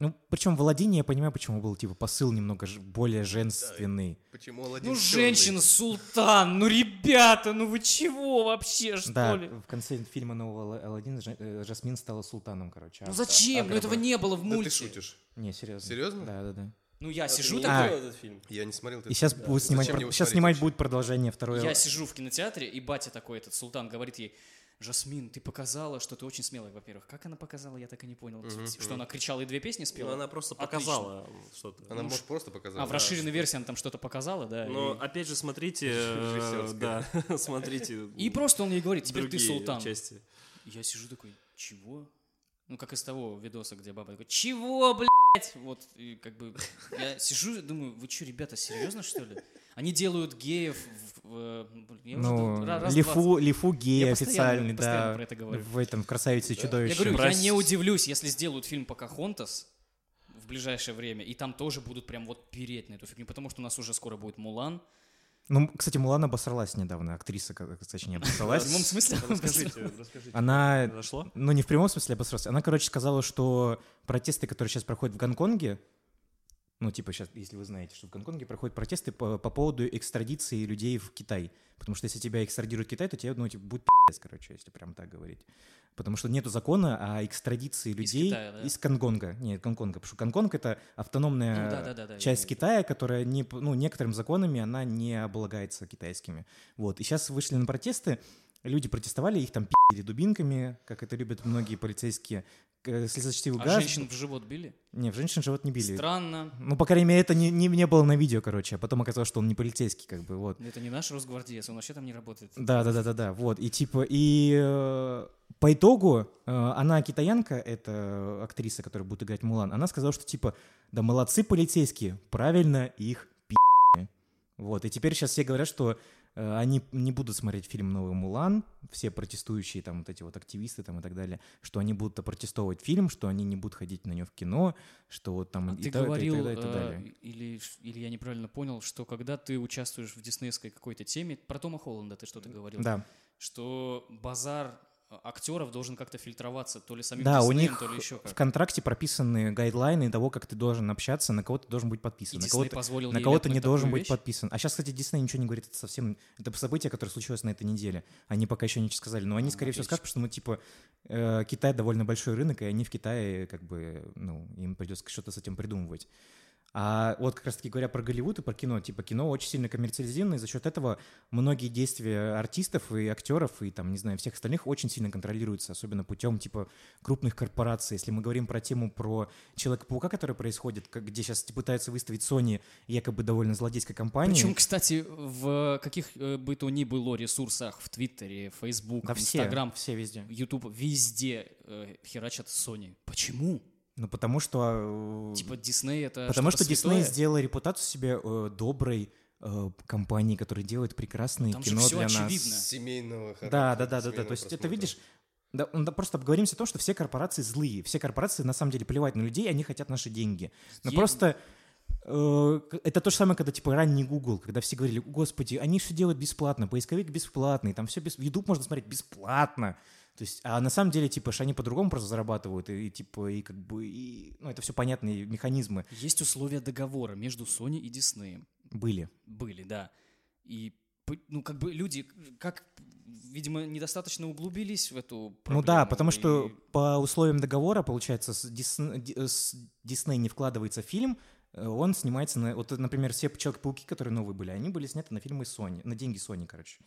Speaker 2: Ну причем в Аладдине я понимаю, почему был типа посыл немного ж- более женственный.
Speaker 4: Почему Аладдин
Speaker 3: Ну,
Speaker 4: чёрный?
Speaker 3: женщина, султан, ну, ребята, ну вы чего вообще, что
Speaker 2: Да,
Speaker 3: ли?
Speaker 2: в конце фильма нового Ал- Аладдина Жа- э, Жасмин стала султаном, короче. а-
Speaker 3: Ну зачем? Ну
Speaker 4: Агра
Speaker 3: этого
Speaker 4: была.
Speaker 3: не было в
Speaker 4: Да ты
Speaker 3: мульте.
Speaker 4: шутишь.
Speaker 2: Не, серьезно.
Speaker 4: Серьезно?
Speaker 2: Да, да, да.
Speaker 3: Ну я
Speaker 1: А ты
Speaker 3: сижу
Speaker 1: не
Speaker 3: такой,
Speaker 1: видел этот фильм?
Speaker 4: Я не смотрел.
Speaker 2: И сейчас
Speaker 1: Да.
Speaker 2: будет снимать,
Speaker 4: Зачем
Speaker 2: про-
Speaker 4: его
Speaker 2: сейчас
Speaker 4: смотреть
Speaker 2: снимать
Speaker 4: вообще?
Speaker 2: будет продолжение второе.
Speaker 3: я сижу в кинотеатре, и батя такой, этот султан, говорит ей, Жасмин, ты показала, что ты очень смелая, во-первых. Как она показала, я так и не понял. Типа,
Speaker 4: Мгм,
Speaker 3: что
Speaker 4: мгм.
Speaker 3: она кричала и две песни
Speaker 1: Ну,
Speaker 3: спела?
Speaker 1: она просто
Speaker 3: Отлично.
Speaker 1: показала что-то.
Speaker 4: Она,
Speaker 1: Ну,
Speaker 4: может, просто показала.
Speaker 3: А, в расширенной версии она там что-то показала, да?
Speaker 1: Но
Speaker 3: и...
Speaker 1: опять же, смотрите, э, да, смотрите.
Speaker 3: и просто он ей говорит, теперь ты
Speaker 1: другие
Speaker 3: султан.
Speaker 1: части.
Speaker 3: Я сижу такой, чего? Ну, как из того видоса, где баба такой, чего, блядь? Вот, и как бы, я сижу и думаю, вы что, ребята, серьезно, что ли? Они делают геев в... в- блин, я уже
Speaker 2: Ну,
Speaker 3: дум- ра- раз двадцать.
Speaker 2: лифу, лифу гей
Speaker 3: Я постоянно-
Speaker 2: официальный,
Speaker 3: постоянно
Speaker 2: да.
Speaker 3: про это говорю.
Speaker 2: В этом красавице и чудовище.
Speaker 3: Я говорю, я
Speaker 1: Прости.
Speaker 3: не удивлюсь, если сделают фильм Покахонтас в ближайшее время, и там тоже будут прям вот переть на эту фигню, потому что у нас уже скоро будет Мулан.
Speaker 2: Ну, кстати, Мулан обосралась недавно, актриса, ка- точнее,
Speaker 3: В
Speaker 2: обосралась.
Speaker 3: прямом смысле?
Speaker 1: Расскажите, расскажите.
Speaker 2: Она
Speaker 1: Зашло?
Speaker 2: Ну, не в прямом смысле обосрался. Она, короче, сказала, что протесты, которые сейчас проходят в Гонконге, ну, типа сейчас, если вы знаете, что в Гонконге проходят протесты по, по поводу экстрадиции людей в Китай. Потому что если тебя экстрадируют в Китай, то тебе, ну, типа, будет пи***ц, короче, если прям так говорить. Потому что нету закона о экстрадиции людей
Speaker 3: Китая, да?
Speaker 2: из Гонконга. Нет, Гонконга, потому что Гонконг — это автономная
Speaker 3: Ну, да-да-да-да, я
Speaker 2: часть
Speaker 3: имею в виду.
Speaker 2: Китая, которая, не, п- ну, некоторыми законами она не облагается китайскими. Вот. И сейчас вышли на протесты, люди протестовали, их там пи***ли дубинками, как это любят многие полицейские, к- э, слезочтивый
Speaker 3: А
Speaker 2: газ.
Speaker 3: женщин в живот били?
Speaker 2: Не, в женщин живот не били.
Speaker 3: Странно.
Speaker 2: Ну, по крайней мере, это не, не, не было на видео, короче, а потом оказалось, что он не полицейский, как бы, вот.
Speaker 3: Это не наш росгвардеец, он вообще там не работает.
Speaker 2: Да, да, да, да, да, вот. И типа, и э, по итогу э, она китаянка, это актриса, которая будет играть Мулан, она сказала, что типа, да молодцы полицейские, правильно их пи***ли». Вот, и теперь сейчас все говорят, что э, они не будут смотреть фильм «Новый Мулан», все протестующие там вот эти вот активисты там и так далее, что они будут протестовывать фильм, что они не будут ходить на него в кино, что вот там
Speaker 3: А
Speaker 2: и
Speaker 3: ты
Speaker 2: та- и та- и
Speaker 3: говорил,
Speaker 2: та- и та
Speaker 3: э,
Speaker 2: далее.
Speaker 3: или, ш- или я неправильно понял, что когда ты участвуешь в диснейской какой-то теме, про Тома Холланда ты что-то говорил,
Speaker 2: Да,
Speaker 3: что базар э, актеров должен как-то фильтроваться, то ли самим
Speaker 2: да, у
Speaker 3: Диснеем,
Speaker 2: них
Speaker 3: то ли еще
Speaker 2: в
Speaker 3: как.
Speaker 2: контракте прописаны гайдлайны того, как ты должен общаться, на кого ты должен быть
Speaker 3: И
Speaker 2: подписан, на кого
Speaker 3: Дисней
Speaker 2: ты
Speaker 3: позволил
Speaker 2: На
Speaker 3: ей
Speaker 2: кого-то
Speaker 3: ляпнуть
Speaker 2: не должен
Speaker 3: такую вещь?
Speaker 2: быть подписан. А сейчас, кстати, Дисней ничего не говорит, это совсем... Это событие, которое случилось на этой неделе. Они пока еще ничего сказали. Но они,
Speaker 3: Ну,
Speaker 2: скорее всего,
Speaker 3: отлично.
Speaker 2: скажут, что, ну, типа, э, Китай довольно большой рынок, и они в Китае, как бы, ну, им придется что-то с этим придумывать. А вот как раз-таки говоря про Голливуд и про кино, типа кино очень сильно коммерциализировано, и за счет этого многие действия артистов и актеров и там, не знаю, всех остальных очень сильно контролируются, особенно путем типа крупных корпораций. Если мы говорим про тему про Человека-паука, который происходит, как- где сейчас пытаются выставить Sony якобы довольно злодейской компанией.
Speaker 3: Причем, кстати, в каких э, бы то ни было ресурсах, в Твиттере, Facebook,
Speaker 2: да все,
Speaker 3: Instagram,
Speaker 2: все везде.
Speaker 3: YouTube, везде э, херачат Sony. Почему?
Speaker 2: Ну потому что... э,
Speaker 3: Типа Disney это
Speaker 2: Потому что
Speaker 3: что-то
Speaker 2: Дисней
Speaker 3: святое?
Speaker 2: сделала репутацию себе э, доброй э, компании, которая делает прекрасное
Speaker 3: Там же
Speaker 2: кино
Speaker 3: всё
Speaker 2: для
Speaker 3: очевидно.
Speaker 2: нас.
Speaker 4: Семейного
Speaker 2: Да,
Speaker 4: характера,
Speaker 2: да, да, да, да.
Speaker 4: семейного
Speaker 2: То есть это
Speaker 4: просмотра.
Speaker 2: видишь. Да, ну, да, просто обговоримся о том, что все корпорации злые. Все корпорации на самом деле плевать на людей, они хотят наши деньги. Но
Speaker 3: Е-
Speaker 2: ну, просто э, к- это то же самое, когда типа ранний Google, когда все говорили, господи, они все делают бесплатно, поисковик бесплатный, там все без... YouTube можно смотреть бесплатно. То есть, а на самом деле, типа, ж они по-другому просто зарабатывают, и, и, типа, и как бы, и, ну, это все понятные механизмы
Speaker 3: Есть условия договора между Sony и Disney.
Speaker 2: были.
Speaker 3: Были, да. И, п- ну, как бы люди, как, видимо, недостаточно углубились в эту проблему.
Speaker 2: Ну да, потому что
Speaker 3: и-
Speaker 2: по условиям договора, получается, с Дисн- Ди- э, с Дисней не вкладывается в фильм, э, он снимается на... Вот, например, все Человек-пауки, которые новые были, они были сняты на фильмы Sony, на деньги Sony, короче.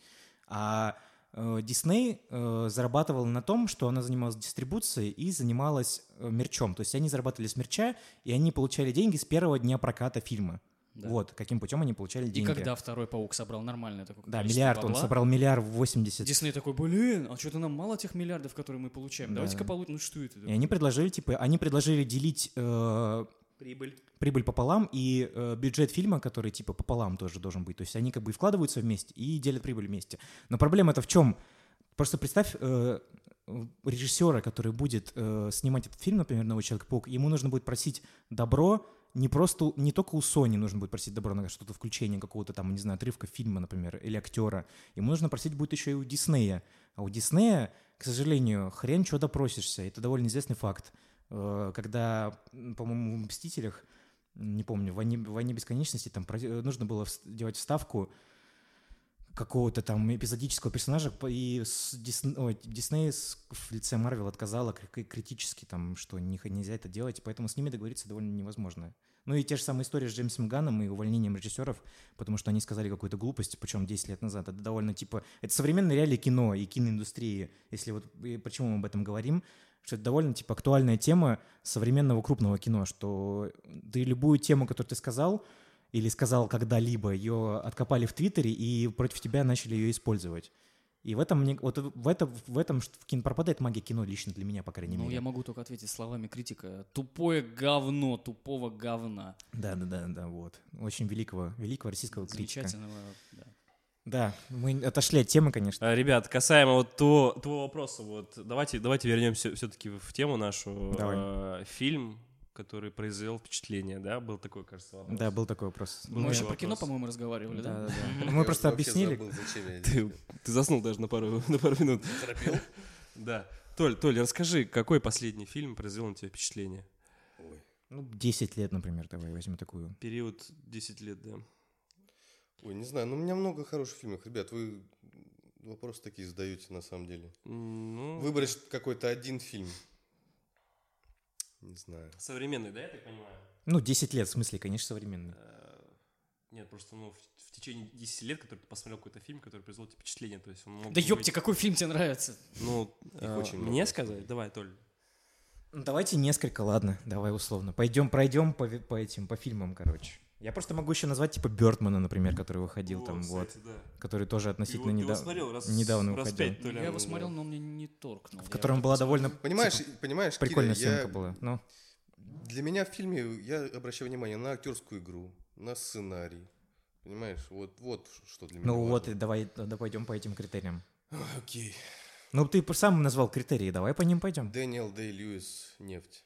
Speaker 2: А э, Дисней э, зарабатывала на том, что она занималась дистрибуцией и занималась э, мерчом. То есть они зарабатывали с мерча, и они получали деньги с первого дня проката фильма.
Speaker 3: Да.
Speaker 2: Вот, каким путем они получали
Speaker 3: И
Speaker 2: деньги.
Speaker 3: когда второй паук собрал нормальное такое
Speaker 2: Да,
Speaker 3: количество
Speaker 2: миллиард, он
Speaker 3: бабла,
Speaker 2: собрал миллиард восемьдесят.
Speaker 3: Дисней такой, блин, а что-то нам мало тех миллиардов, которые мы получаем.
Speaker 2: Да.
Speaker 3: Давайте-ка получим. Ну что это?
Speaker 2: И они предложили, типа, они предложили делить э,
Speaker 1: Прибыль.
Speaker 2: прибыль пополам и э, бюджет фильма, который типа пополам тоже должен быть. То есть они как бы и вкладываются вместе и делят прибыль вместе. Но проблема это в чем? Просто представь э, режиссера, который будет э, снимать этот фильм, например, «Новый Человек-паук», ему нужно будет просить добро не просто, у- не только у Sony нужно будет просить добро на что-то включение какого-то там, не знаю, отрывка фильма, например, или актера. Ему нужно просить будет еще и у Диснея. А у Диснея, к сожалению, хрен чего допросишься. Это довольно известный факт. Э, Когда, м, по-моему, в «Мстителях», не помню, в «Войне, в «Войне бесконечности» там про- э, нужно было вс- делать вставку какого-то там эпизодического персонажа, п- и с Дисн- ой, Дисней с- в лице Марвел отказала кри- кри- критически, там, что них- нельзя это делать, поэтому с ними договориться довольно невозможно. Ну и те же самые истории с Джеймсом Ганном и увольнением режиссеров, потому что они сказали какую-то глупость, причем 10 лет назад. Это довольно типа... Это современные реалии кино и киноиндустрии, если вот... и почему мы об этом говорим? Что это довольно типа актуальная тема современного крупного кино, что ты любую тему, которую ты сказал, или сказал когда-либо, ее откопали в Твиттере и против тебя начали ее использовать. И в этом, мне, вот в, это, в этом ш- в кино пропадает магия кино лично для меня, по крайней
Speaker 3: Ну,
Speaker 2: мере.
Speaker 3: я могу только ответить словами критика. Тупое говно, тупого говна.
Speaker 2: Да, да, да, да, вот. Очень великого, великого российского критика.
Speaker 3: Замечательного, да.
Speaker 2: Да, мы отошли от темы, конечно.
Speaker 1: А, Ребят, касаемо вот того, того вопроса, вот давайте, давайте вернемся все-таки в тему нашу.
Speaker 2: Давай.
Speaker 1: Э, Фильм, который произвел впечатление, да, был такой, кажется, вопрос.
Speaker 2: Да, был такой вопрос.
Speaker 1: Ну,
Speaker 3: Мы
Speaker 1: да.
Speaker 3: еще
Speaker 1: вопрос.
Speaker 3: про кино, по-моему, разговаривали, да?
Speaker 2: Да, да, да.
Speaker 4: Я
Speaker 2: Мы просто
Speaker 4: вообще
Speaker 2: объяснили.
Speaker 4: забыл, зачем я
Speaker 1: Ты, ты заснул даже на пару, на пару минут.
Speaker 4: торопил.
Speaker 1: Да. Толь, Толь, расскажи, какой последний фильм произвел на тебя впечатление?
Speaker 4: Ой.
Speaker 2: Ну, 10 лет, например, давай возьмем такую.
Speaker 1: Период 10 лет, да.
Speaker 4: Ой, не знаю, но у меня много хороших фильмов. Ребят, вы вопросы такие задаете на самом деле.
Speaker 1: М, Ну,
Speaker 4: Выбрать какой-то один фильм. Не знаю.
Speaker 1: современный, да, я так понимаю?
Speaker 2: Ну, 10 лет, в смысле, конечно, современный.
Speaker 1: Э, Нет, просто ну, в, в течение 10 лет, который ты посмотрел какой-то фильм, который произвел тебе впечатление, то есть он мог
Speaker 3: Да
Speaker 1: быть-
Speaker 3: ёпте, какой фильм тебе нравится?
Speaker 1: Ну, э,
Speaker 4: очень много,
Speaker 1: мне
Speaker 4: на
Speaker 1: сказать?
Speaker 4: самом
Speaker 1: Давай, Толь.
Speaker 2: Ну, давайте несколько, ладно, давай условно. Пойдем, пройдем по, ви- по этим, по фильмам, короче. Я просто могу еще назвать, типа, Бертмана, например, который
Speaker 1: Ну,
Speaker 2: выходил там, вот. Который тоже относительно
Speaker 1: Его- его
Speaker 2: недавно
Speaker 1: смотрел раз-
Speaker 2: недавно
Speaker 1: раз
Speaker 2: выходил.
Speaker 1: пять. Толя,
Speaker 3: я его
Speaker 1: ну,
Speaker 3: смотрел,
Speaker 1: да.
Speaker 3: но он мне не торкнул.
Speaker 2: В
Speaker 3: Я
Speaker 2: котором
Speaker 3: вот
Speaker 2: была
Speaker 3: посмотрел.
Speaker 2: довольно
Speaker 4: Понимаешь,
Speaker 2: типа,
Speaker 4: понимаешь,
Speaker 2: прикольная
Speaker 4: Кирилл, я-
Speaker 2: съемка была. Ну,
Speaker 4: Для меня в фильме я обращаю внимание на актерскую игру, на сценарий. Понимаешь, вот, вот ш- что для меня.
Speaker 2: ну вот,
Speaker 4: важно.
Speaker 2: и давай, да, пойдем по этим критериям.
Speaker 4: Окей.
Speaker 2: Ну, ты сам назвал критерии, давай по ним пойдем.
Speaker 4: Дэниел Дэй Льюис, «Нефть».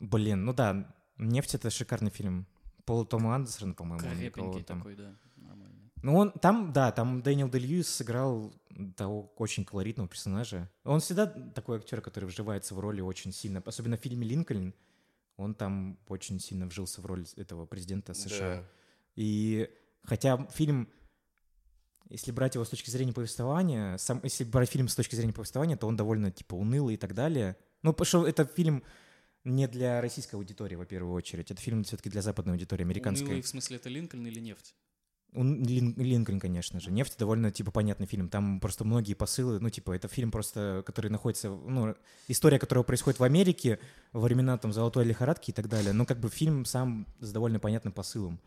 Speaker 2: Блин, ну да, «Нефть» — это шикарный фильм. Пол Тома Андерсона, по-моему. он никого
Speaker 3: Крепенький
Speaker 2: там.
Speaker 3: такой, да. Нормальный.
Speaker 2: Ну, он там, да, там Дэниел Дэ Льюис сыграл того очень колоритного персонажа. Он всегда такой актер, который вживается в роли очень сильно. Особенно в фильме «Линкольн» он там очень сильно вжился в роль этого президента США.
Speaker 4: Да.
Speaker 2: И хотя фильм, если брать его с точки зрения повествования, сам, если брать фильм с точки зрения повествования, то он довольно, типа, унылый и так далее. Ну, потому что это фильм Не для российской аудитории, во первую очередь. Это фильм все-таки для западной аудитории,
Speaker 3: Унылый,
Speaker 2: американской.
Speaker 3: в смысле, это Линкольн или нефть?
Speaker 2: Ун- Ну, Лин- Линкольн, конечно же. Нефть довольно, типа, понятный фильм. Там просто многие посылы, ну, типа, это фильм просто, который находится, в- ну, история которого происходит в Америке во времена, там, золотой лихорадки и так далее. Но, как бы, фильм сам с довольно понятным посылом.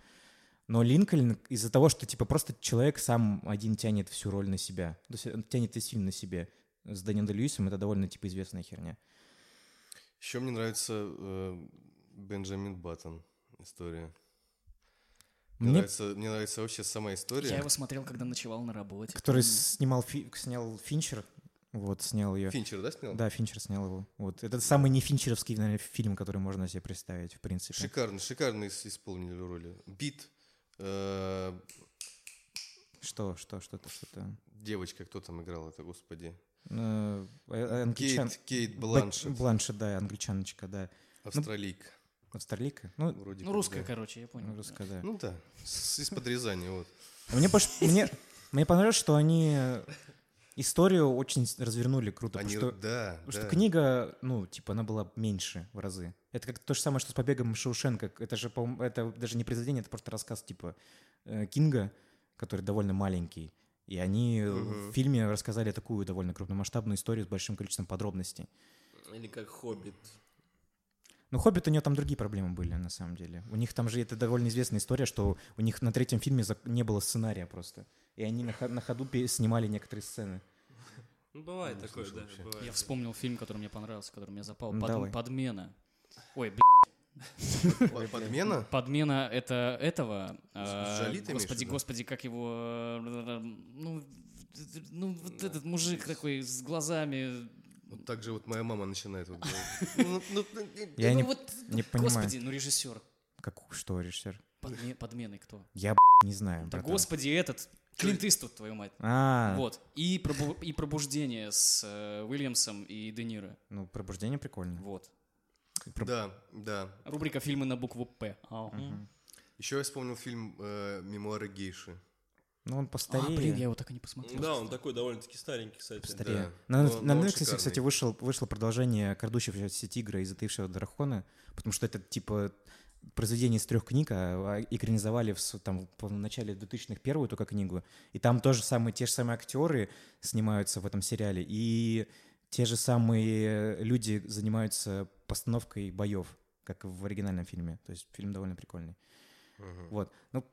Speaker 2: Но Линкольн из-за того, что, типа, просто человек сам один тянет всю роль на себя. То есть э, он тянет весь фильм на себе. С Дэниелом Льюисом это довольно, типа, известная херня.
Speaker 4: Еще мне нравится э, Бенджамин Баттон история. Мне
Speaker 2: Мне-
Speaker 4: нравится, мне нравится вообще сама история.
Speaker 3: Я его смотрел, когда ночевал на работе.
Speaker 2: Который
Speaker 3: М.
Speaker 2: снимал, фи- снял Финчер, вот, снял ее.
Speaker 4: Финчер, да, снял?
Speaker 2: Да, Финчер снял его. Вот. Это самый не финчеровский, наверное, фильм, который можно себе представить, в принципе.
Speaker 4: Шикарно, шикарно ис- исполнили роли. Бит, э,
Speaker 2: Что, что, что-то, что-то.
Speaker 4: девочка, кто там играл это, господи.
Speaker 2: Э, э, англичан-
Speaker 4: Кейт, Кейт
Speaker 2: Бэк-
Speaker 4: Бланшет,
Speaker 2: Бланшет, да, англичаночка, да.
Speaker 4: австралийка.
Speaker 2: Австралийка? Ну,
Speaker 4: Вроде
Speaker 3: Ну,
Speaker 4: как,
Speaker 3: русская,
Speaker 4: да.
Speaker 3: короче, я понял.
Speaker 2: русская, да.
Speaker 4: Ну да, с- из-под Рязани, вот.
Speaker 2: Мне, пош- мне, мне понравилось, что они историю очень с- развернули круто.
Speaker 4: Они,
Speaker 2: потому что,
Speaker 4: да,
Speaker 2: потому что
Speaker 4: да.
Speaker 2: книга, ну, типа, она была меньше в разы. Это как то же самое, что с «Побегом из Шоушенка». Это же, по-моему, это даже не произведение, это просто рассказ, типа, э, Кинга, который довольно маленький. И они э,
Speaker 4: Мгм.
Speaker 2: в фильме рассказали такую довольно крупномасштабную историю с большим количеством подробностей.
Speaker 5: Или как хоббит.
Speaker 2: Ну, «Хоббит» у него там другие проблемы были, на самом деле. У них там же это довольно известная история, что у них на третьем фильме зак- не было сценария просто. И они на, хо- на ходу пе- снимали некоторые сцены.
Speaker 1: Ну, бывает
Speaker 4: Не
Speaker 1: такое,
Speaker 4: слышал
Speaker 1: да,
Speaker 4: вообще.
Speaker 1: бывает.
Speaker 3: Я вспомнил фильм, который мне понравился, который мне запал.
Speaker 2: Ну,
Speaker 3: Под-
Speaker 2: давай.
Speaker 3: Подмена. Ой, бля.
Speaker 4: Под- Подмена?
Speaker 3: Подмена это этого. э,
Speaker 4: Джоли ты имеешь в
Speaker 3: господи,
Speaker 4: виду?
Speaker 3: господи, как его. э, Ну, ну, вот этот мужик такой с глазами.
Speaker 4: Вот так же вот моя мама начинает вот делать. Ну, ну, ну,
Speaker 2: Я
Speaker 3: ну,
Speaker 2: не,
Speaker 3: вот,
Speaker 2: не понимаю,
Speaker 3: господи, ну режиссер.
Speaker 2: как, что режиссер.
Speaker 3: Подме- подмены кто?
Speaker 2: Я, б***, не знаю,
Speaker 3: Да
Speaker 2: братан.
Speaker 3: господи, этот. Клинт Иствуд, твою мать.
Speaker 2: А,
Speaker 3: Вот. И, пробу- и пробуждение с э, Уильямсом и Де Ниро.
Speaker 2: ну, «Пробуждение» прикольно.
Speaker 3: Вот.
Speaker 2: Про-
Speaker 4: Да, да.
Speaker 3: Рубрика фильмы на букву П. А, Ау.
Speaker 2: Мгм.
Speaker 4: Еще я вспомнил фильм э, «Мемуары гейши».
Speaker 2: Ну, он
Speaker 3: А,
Speaker 2: постарее.
Speaker 3: блин, я его так и не посмотрел.
Speaker 1: Да, он такой довольно-таки старенький, кстати.
Speaker 2: Старее.
Speaker 4: Да.
Speaker 2: На,
Speaker 4: Но-
Speaker 2: на
Speaker 4: но он
Speaker 2: Netflix,
Speaker 4: шикарный.
Speaker 2: кстати, вышел, вышло продолжение «Крадущегося тигра и затаившего дракона», потому что это, типа, произведение из трех книг, а а экранизовали в, с- там, в начале 2000-х первую только книгу, и там тоже самые, те же самые актеры снимаются в этом сериале, и те же самые люди занимаются постановкой боев, как в оригинальном фильме. То есть фильм довольно прикольный.
Speaker 4: Мгм.
Speaker 2: Вот. Ну,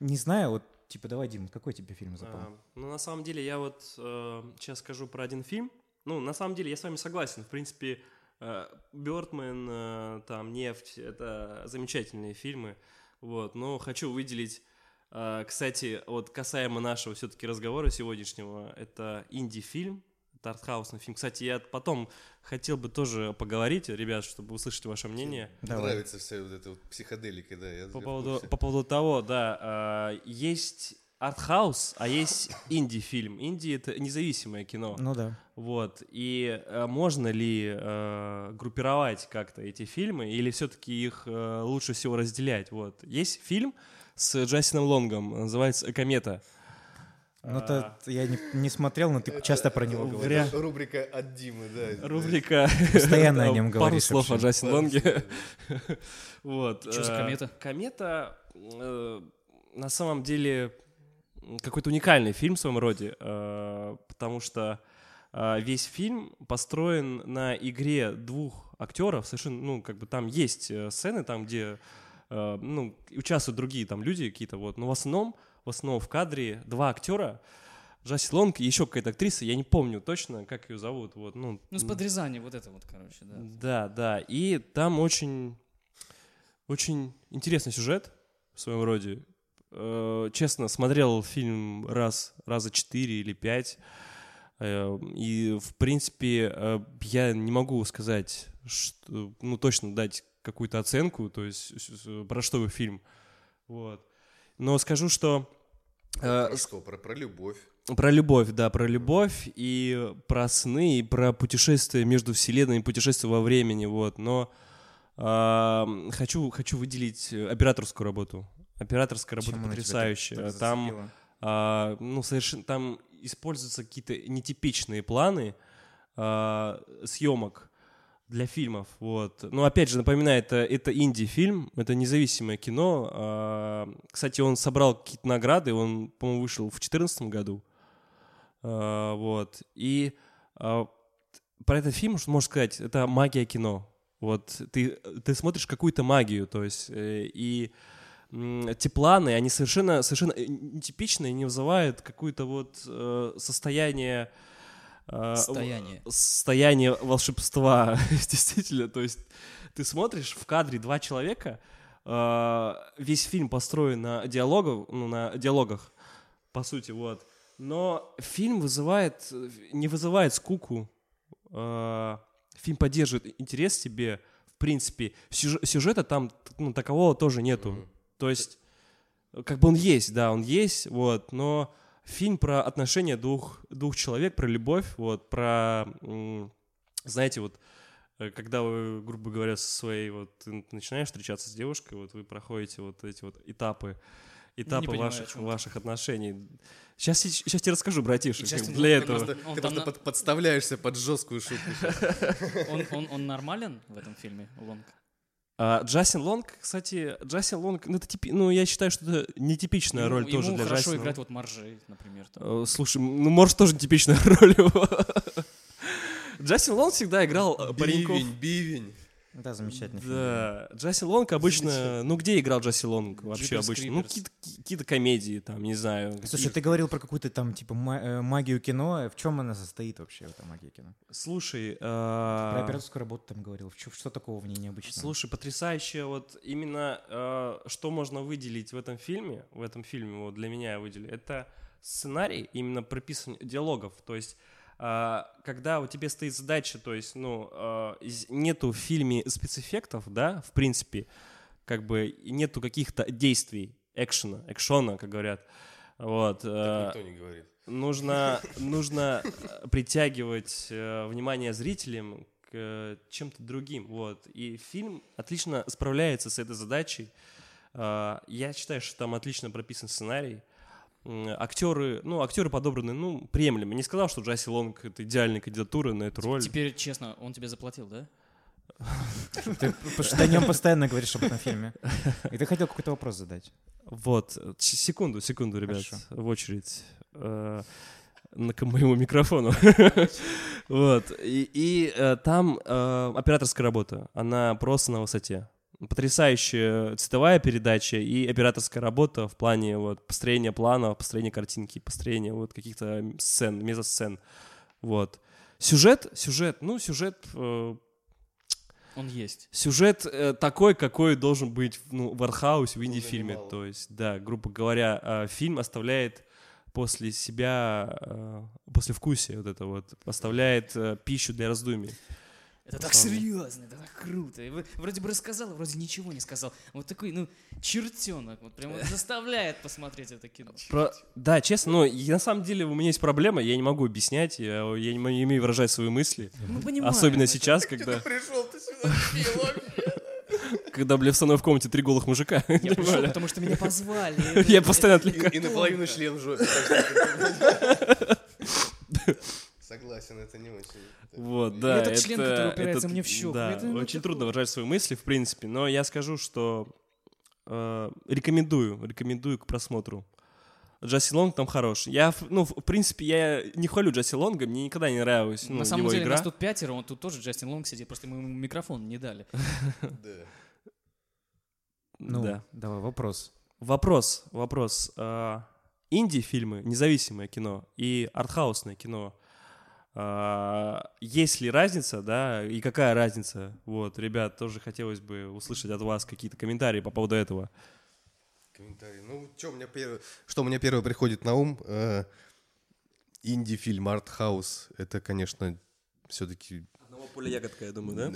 Speaker 2: не знаю, вот, типа, давай, Дим, какой тебе фильм запал?
Speaker 1: А, Ну, на самом деле, я вот сейчас скажу про один фильм. Ну, на самом деле, я с вами согласен. В принципе, Бёрдмен, там, Нефть — это замечательные фильмы. Вот, но хочу выделить, э, кстати, вот касаемо нашего все-таки разговора сегодняшнего, это инди-фильм, это артхаусный фильм. Кстати, я потом хотел бы тоже поговорить, ребят, чтобы услышать ваше мнение.
Speaker 2: Давай.
Speaker 4: Нравится вся вот эта вот психоделика, да. я
Speaker 1: По
Speaker 4: в
Speaker 1: поводу,
Speaker 4: курсе.
Speaker 1: по поводу того, да, э, есть артхаус, а есть инди-фильм. Инди — это независимое кино.
Speaker 2: Ну да.
Speaker 1: Вот. И э, можно ли э, группировать как-то эти фильмы, или все-таки их э, лучше всего разделять? Вот. Есть фильм с Джастином Лонгом, называется «Комета».
Speaker 2: Ну,
Speaker 1: А. Э,
Speaker 2: это я не, не смотрел, но ты часто про него
Speaker 4: Ру-
Speaker 2: говоришь.
Speaker 4: Рубрика от Димы, да.
Speaker 1: Рубрика...
Speaker 2: Э, Постоянно о нем
Speaker 1: Пару
Speaker 2: говоришь
Speaker 1: слов о
Speaker 2: вообще.
Speaker 1: Джастине Лонге. Вот.
Speaker 3: Чё за
Speaker 1: э,
Speaker 3: комета?
Speaker 1: Комета э, на самом деле м, какой-то уникальный фильм в своем роде, э, потому что э, весь фильм построен на игре двух актеров. Совершенно, ну, как бы там есть э, сцены, там, где э, ну, участвуют другие там люди какие-то, вот. Но в основном, в основном в кадре два актера, Джасси Лонг и еще какая-то актриса, я не помню точно, как ее зовут. Вот, ну,
Speaker 3: Ну, с
Speaker 1: м,
Speaker 3: подрезанием вот это вот, короче, да.
Speaker 1: да, да. И там очень, очень интересный сюжет в своем роде. Э, Честно, смотрел фильм раз, раза четыре или пять. Э, И, в принципе, э, я не могу сказать, что- ну, точно дать какую-то оценку, то есть с- с- про что вы фильм. Вот. Но скажу, что
Speaker 2: А,
Speaker 1: э,
Speaker 4: Про что? Про, про любовь.
Speaker 1: про любовь, да, про любовь и про сны, и про путешествия между вселенными, путешествия во времени, вот. Но эм, хочу, хочу выделить э, операторскую работу. Операторская работа
Speaker 2: Чем она тебя так-
Speaker 1: потрясающая.
Speaker 2: так
Speaker 1: Там
Speaker 2: зацепила?
Speaker 1: а, ну, совершенно там используются какие-то нетипичные планы а, съемок. для фильмов. Вот. Но опять же, напоминаю, это, это инди-фильм, это независимое кино. А, Кстати, он собрал какие-то награды, он, по-моему, вышел в 2014 году. А, Вот. И а, про этот фильм, что можно сказать, это магия кино. Вот ты, ты смотришь какую-то магию, то есть, э, и м, эти планы, они совершенно, совершенно э, нетипичные, не вызывают какое-то вот э, состояние... э,
Speaker 3: Состояние.
Speaker 1: в- состояние волшебства, действительно. То есть ты смотришь в кадре два человека, э, весь фильм построен на диалогах, ну, на диалогах, по сути, вот. Но фильм вызывает, э, не вызывает скуку, э, фильм поддерживает интерес тебе, в принципе, сюж- сюжета там ну, такового тоже нету. То есть, э, как бы он есть, да, он есть, вот, но фильм про отношения двух, двух человек, про любовь, вот, про, м, знаете, вот, э, когда вы, грубо говоря, со своей, вот, ты н- начинаешь встречаться с девушкой, вот, вы проходите вот эти вот этапы, этапы
Speaker 3: понимаю, о
Speaker 1: ваших,
Speaker 3: чём ты.
Speaker 1: ваших отношений. Сейчас, сейчас тебе расскажу, братишек,
Speaker 3: сейчас
Speaker 1: как
Speaker 3: ты
Speaker 1: для
Speaker 3: мне
Speaker 1: этого.
Speaker 3: просто-
Speaker 4: Ты
Speaker 3: Он
Speaker 4: ты
Speaker 3: там
Speaker 4: просто
Speaker 3: на-
Speaker 4: под- подставляешься под жесткую шутку.
Speaker 3: Он, он- он нормален в этом фильме, Лонг?
Speaker 1: А, Джастин Лонг, кстати, Джастин Лонг, ну, это типи- ну, я считаю, что это нетипичная
Speaker 3: Ему-
Speaker 1: роль тоже
Speaker 3: ему
Speaker 1: для
Speaker 3: хорошо
Speaker 1: Джастина.
Speaker 3: играть вот Маржи, например. там.
Speaker 1: Э, Слушай, ну, может, тоже нетипичная роль его. Джастин Лонг всегда играл
Speaker 2: А
Speaker 1: э, пареньков.
Speaker 4: Бивень, бивень.
Speaker 2: Да, замечательно.
Speaker 1: Да, Джастин Лонг обычно... Ну, где играл Джастин Лонг вообще
Speaker 3: Джиперс
Speaker 1: обычно? Ну,
Speaker 3: Криперс.
Speaker 1: какие-то- какие-то комедии, там, не знаю.
Speaker 2: Слушай, ты говорил про какую-то там, типа, ма- э, магию кино. В чем она состоит вообще, эта магия кино?
Speaker 1: Слушай,
Speaker 2: Про
Speaker 1: э,
Speaker 2: операторскую работу там говорил. В чё- Что такого в ней необычного?
Speaker 1: Слушай, потрясающе вот именно э, что можно выделить в этом фильме, в этом фильме вот для меня я выделил, это сценарий именно прописан диалогов, то есть э, когда у тебя стоит задача, то есть ну э, из- нету в фильме спецэффектов, да, в принципе, как бы и нету каких-то действий, экшена, экшона, как говорят, вот.
Speaker 2: А.
Speaker 1: э,
Speaker 4: Никто не говорит.
Speaker 1: нужно, нужно э, притягивать э, внимание зрителям к э, чем-то другим. Вот. И фильм отлично справляется с этой задачей. Э, Я считаю, что там отлично прописан сценарий. М, Актеры, ну, актеры подобраны, ну, приемлемо. Не сказал, что Джасси Лонг — это идеальная кандидатура на эту роль.
Speaker 3: Теперь, честно, он тебе заплатил, да?
Speaker 2: Ты потому что ты о нем постоянно говоришь об этом фильме. И ты хотел какой-то вопрос задать.
Speaker 1: Вот, э, ч- секунду, секунду, ребят,
Speaker 2: Хорошо.
Speaker 1: в очередь э, на- к моему микрофону. Вот, и- и э, там э, операторская работа, она просто на высоте. Потрясающая цветовая передача и операторская работа в плане вот построения плана, построения картинки, построения вот каких-то сцен, мезосцен, вот. Сюжет, сюжет, ну, сюжет э,
Speaker 3: Он есть.
Speaker 1: Сюжет э, такой, какой должен быть ну, в артхаусе, в инди-фильме.
Speaker 4: мало.
Speaker 1: То есть, да, грубо говоря, э, фильм оставляет после себя, э, после вкусия вот это вот, оставляет э, пищу для раздумий.
Speaker 3: Это так
Speaker 1: Правда.
Speaker 3: серьезно, это так круто. И вы- Вроде бы рассказал, а вроде ничего не сказал. Вот такой, ну, чертенок. Вот прям вот заставляет посмотреть это кино.
Speaker 1: Про- Да, честно, но и на самом деле у меня есть проблема, я не могу объяснять, я, я не м- не умею выражать свои мысли.
Speaker 3: Мы понимаем.
Speaker 1: Особенно
Speaker 3: это.
Speaker 1: сейчас, когда,
Speaker 4: Пришел ты сюда,
Speaker 1: когда блин, со мной в комнате три голых мужика.
Speaker 3: Я пришел, потому что меня позвали. Это-
Speaker 1: Я постоянно
Speaker 3: это-
Speaker 1: отвлекаюсь.
Speaker 4: И наполовину член в жопе. Согласен, это не очень.
Speaker 1: Вот,
Speaker 3: И
Speaker 1: да.
Speaker 3: этот член, который упирается мне в щеку.
Speaker 1: Да,
Speaker 3: Это, ну,
Speaker 1: очень
Speaker 3: такое.
Speaker 1: трудно выражать свои мысли, в принципе, но я скажу, что э, рекомендую, рекомендую к просмотру. Джасси Лонг там хорош. Я, ф- ну, в в принципе, я не хвалю Джасси Лонга, мне никогда не нравилась ну,
Speaker 3: На самом
Speaker 1: его
Speaker 3: деле
Speaker 1: игра.
Speaker 3: нас тут пятеро, он тут тоже Джастин Лонг сидит, просто мы ему микрофон не дали.
Speaker 4: Да.
Speaker 2: Ну,
Speaker 1: Да.
Speaker 2: давай, вопрос.
Speaker 1: Вопрос, вопрос. А, Инди-фильмы, независимое кино и артхаусное кино. а, Есть ли разница, да, и какая разница? Вот, ребят, тоже хотелось бы услышать от вас какие-то комментарии по поводу этого.
Speaker 4: Комментарий. Ну, чё у меня первое- что у меня первое приходит на ум? Э, Инди-фильм «Артхаус» — это, конечно, все-таки...
Speaker 1: Одного поля ягодка, я думаю,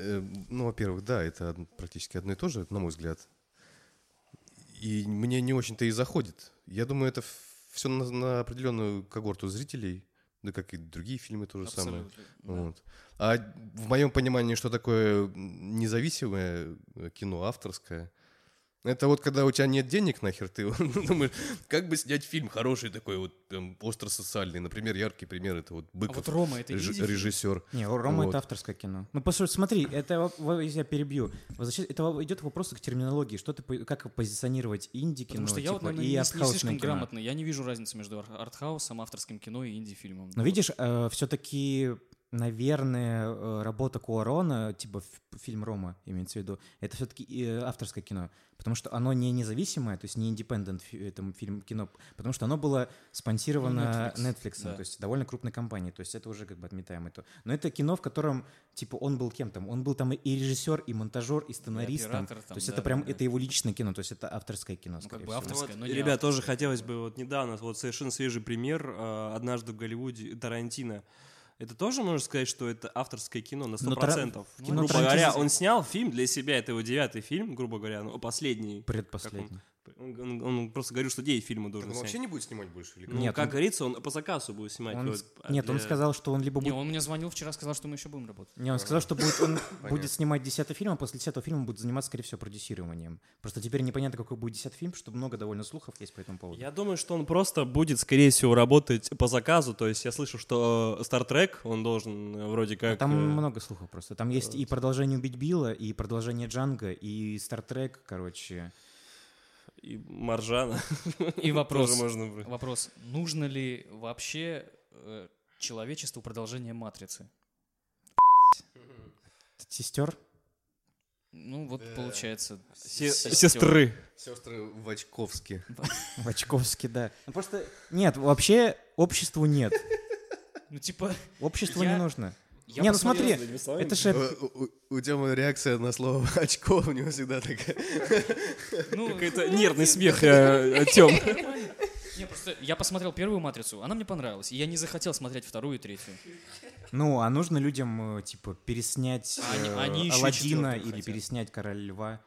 Speaker 4: ну, во-первых, да, это од- практически одно и то же, на мой взгляд. И мне не очень-то и заходит. Я думаю, это все на, на определенную когорту зрителей, да как и другие фильмы тоже самое.
Speaker 3: Абсолютно.
Speaker 1: Ну,
Speaker 3: да.
Speaker 4: Вот. А в моем понимании, что такое независимое кино, э, авторское, Это вот когда у тебя нет денег, нахер ты думаешь, как бы снять фильм хороший такой, вот прям остросоциальный. Например, яркий пример это вот
Speaker 3: А вот
Speaker 4: Быков,
Speaker 3: Рома, это
Speaker 4: реж-
Speaker 3: инди-фильм?
Speaker 4: режиссер.
Speaker 2: Не, у Рома
Speaker 4: Вот.
Speaker 2: это авторское кино. Ну, послушай, смотри, это во- во- я перебью. Возвращаясь- Это во- идет вопрос к терминологии. Что ты, по- как позиционировать инди-кино
Speaker 3: Потому что я вот,
Speaker 2: типа,
Speaker 3: наверное,
Speaker 2: и
Speaker 3: не, не
Speaker 2: артхаусное
Speaker 3: слишком
Speaker 2: кино?
Speaker 3: грамотный. Я не вижу разницы между ар- артхаусом, авторским кино и инди-фильмом.
Speaker 1: Ну,
Speaker 2: Но видишь, все-таки, наверное, э, работа Куарона, типа ф- фильм Рома, имеется в виду, это все-таки авторское кино, потому что оно не независимое, то есть не independent фи- этому фильм кино, потому что оно было спонсировано
Speaker 3: Ну,
Speaker 2: Netflix,
Speaker 3: Netflix, да.
Speaker 2: то есть довольно крупной компанией, то есть это уже как бы отметаем это. Но это кино, в котором типа он был кем там, он был там и режиссер, и монтажер, и сценарист, там.
Speaker 3: оператор там,
Speaker 2: то есть
Speaker 3: да,
Speaker 2: это прям
Speaker 3: да, да.
Speaker 2: это его личное кино, то есть это авторское кино.
Speaker 3: как
Speaker 2: скорее
Speaker 3: бы
Speaker 2: всего.
Speaker 3: автор- авторское,
Speaker 1: Вот,
Speaker 3: но не
Speaker 1: ребят, тоже
Speaker 3: авторское,
Speaker 1: хотелось
Speaker 3: да.
Speaker 1: бы вот недавно, вот совершенно свежий пример, э, однажды в Голливуде Тарантино. Это тоже можно сказать, что это авторское кино на
Speaker 2: Но
Speaker 1: 100%.
Speaker 2: Тара- в кино
Speaker 1: грубо
Speaker 2: Тарантино-
Speaker 1: говоря, он снял фильм для себя, это его девятый фильм, грубо говоря, ну, последний.
Speaker 2: Предпоследний.
Speaker 1: Как Он, он- он просто говорил, что 9 фильмов
Speaker 4: Так
Speaker 1: должен
Speaker 4: он
Speaker 1: снять.
Speaker 4: вообще не будет снимать больше? Или как?
Speaker 1: Ну,
Speaker 2: Нет,
Speaker 1: как
Speaker 2: он-
Speaker 1: говорится, он по заказу будет снимать.
Speaker 2: Он
Speaker 1: вот,
Speaker 2: с- Нет, он
Speaker 1: для-
Speaker 2: сказал, что он либо
Speaker 3: Не,
Speaker 2: будет
Speaker 3: он мне звонил вчера, сказал, что мы еще будем работать.
Speaker 2: Не, он сказал, что будет, он
Speaker 4: Понятно.
Speaker 2: будет снимать 10 фильм, а после 10 фильма будет заниматься, скорее всего, продюсированием. Просто теперь непонятно, какой будет 10 фильм, потому что много довольно слухов есть по этому поводу.
Speaker 1: Я думаю, что он просто будет, скорее всего, работать по заказу. То есть я слышу, что Star Trek, он должен э, вроде
Speaker 2: А
Speaker 1: как...
Speaker 2: там
Speaker 1: э,
Speaker 2: много слухов просто. Там есть и продолжение «Убить Билла», и продолжение «Джанго», и «Стартрек», короче.
Speaker 1: и Маржана.
Speaker 3: И вопрос.
Speaker 1: Тоже можно брать.
Speaker 3: Вопрос, нужно ли вообще э, человечеству продолжение «Матрицы»?
Speaker 2: «Сестер».
Speaker 3: Ну вот получается...
Speaker 1: Се-
Speaker 3: сестер.
Speaker 1: Сестры.
Speaker 4: Сестры Вачковски.
Speaker 2: Вачковский, да. Ну просто... Нет, вообще обществу нет.
Speaker 3: Ну типа...
Speaker 2: Обществу
Speaker 3: Я-
Speaker 2: не нужно.
Speaker 3: я
Speaker 2: не, ну
Speaker 3: посмотрел-
Speaker 2: смотри, это
Speaker 4: э,
Speaker 2: же...
Speaker 4: У у- у Демы реакция на слово очков у него всегда такая.
Speaker 3: Ну,
Speaker 1: Какой-то нервный смех,
Speaker 3: э,
Speaker 1: Тем.
Speaker 3: не, просто я посмотрел первую «Матрицу», она мне понравилась, и я не захотел смотреть вторую и третью.
Speaker 2: Ну, а нужно людям, э, типа, переснять
Speaker 3: А они-
Speaker 2: э,
Speaker 3: они еще и
Speaker 2: Аладдина
Speaker 3: четвертую
Speaker 2: или
Speaker 3: хотят.
Speaker 2: переснять Короля Льва?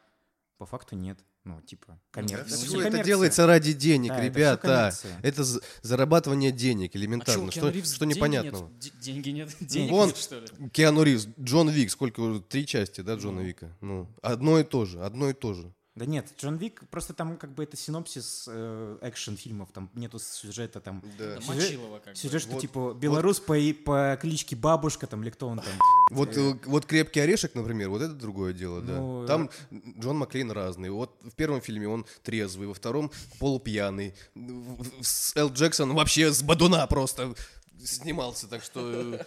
Speaker 2: По факту нет. Ну, типа,
Speaker 4: Да,
Speaker 2: коммерция.
Speaker 4: всё
Speaker 2: всё
Speaker 4: это
Speaker 2: коммерция.
Speaker 4: делается ради денег,
Speaker 2: Да, это всё
Speaker 4: ребята.
Speaker 2: коммерция.
Speaker 4: Это з- зарабатывание денег элементарно.
Speaker 3: А у Киану
Speaker 4: что
Speaker 3: Ривза
Speaker 4: что
Speaker 3: деньги
Speaker 4: непонятного?
Speaker 3: нет? Д- деньги нет? Денег
Speaker 4: он-
Speaker 3: нет, что ли?
Speaker 4: Киану Ривз, Джон Вик, сколько уже? Три части, да, Джона Вика? Ну, одно и то же, одно и то же.
Speaker 2: Да нет, Джон Вик, просто там как бы это синопсис э, экшн-фильмов, там нету сюжета, там...
Speaker 4: Да.
Speaker 3: Это
Speaker 2: Сюжет-
Speaker 3: Мочилова как бы.
Speaker 2: Сюжет, что
Speaker 4: Вот-
Speaker 2: типа белорус по, и- по кличке Бабушка, там, или кто он там.
Speaker 4: Вот, э, вот «Крепкий орешек», например, вот это другое дело, да.
Speaker 3: э.
Speaker 2: Ну,
Speaker 4: Там Джон Маклейн разный. Вот в первом фильме он трезвый, во втором полупьяный. В- в- С Эл Джексон вообще с бадуна просто снимался, так что... э,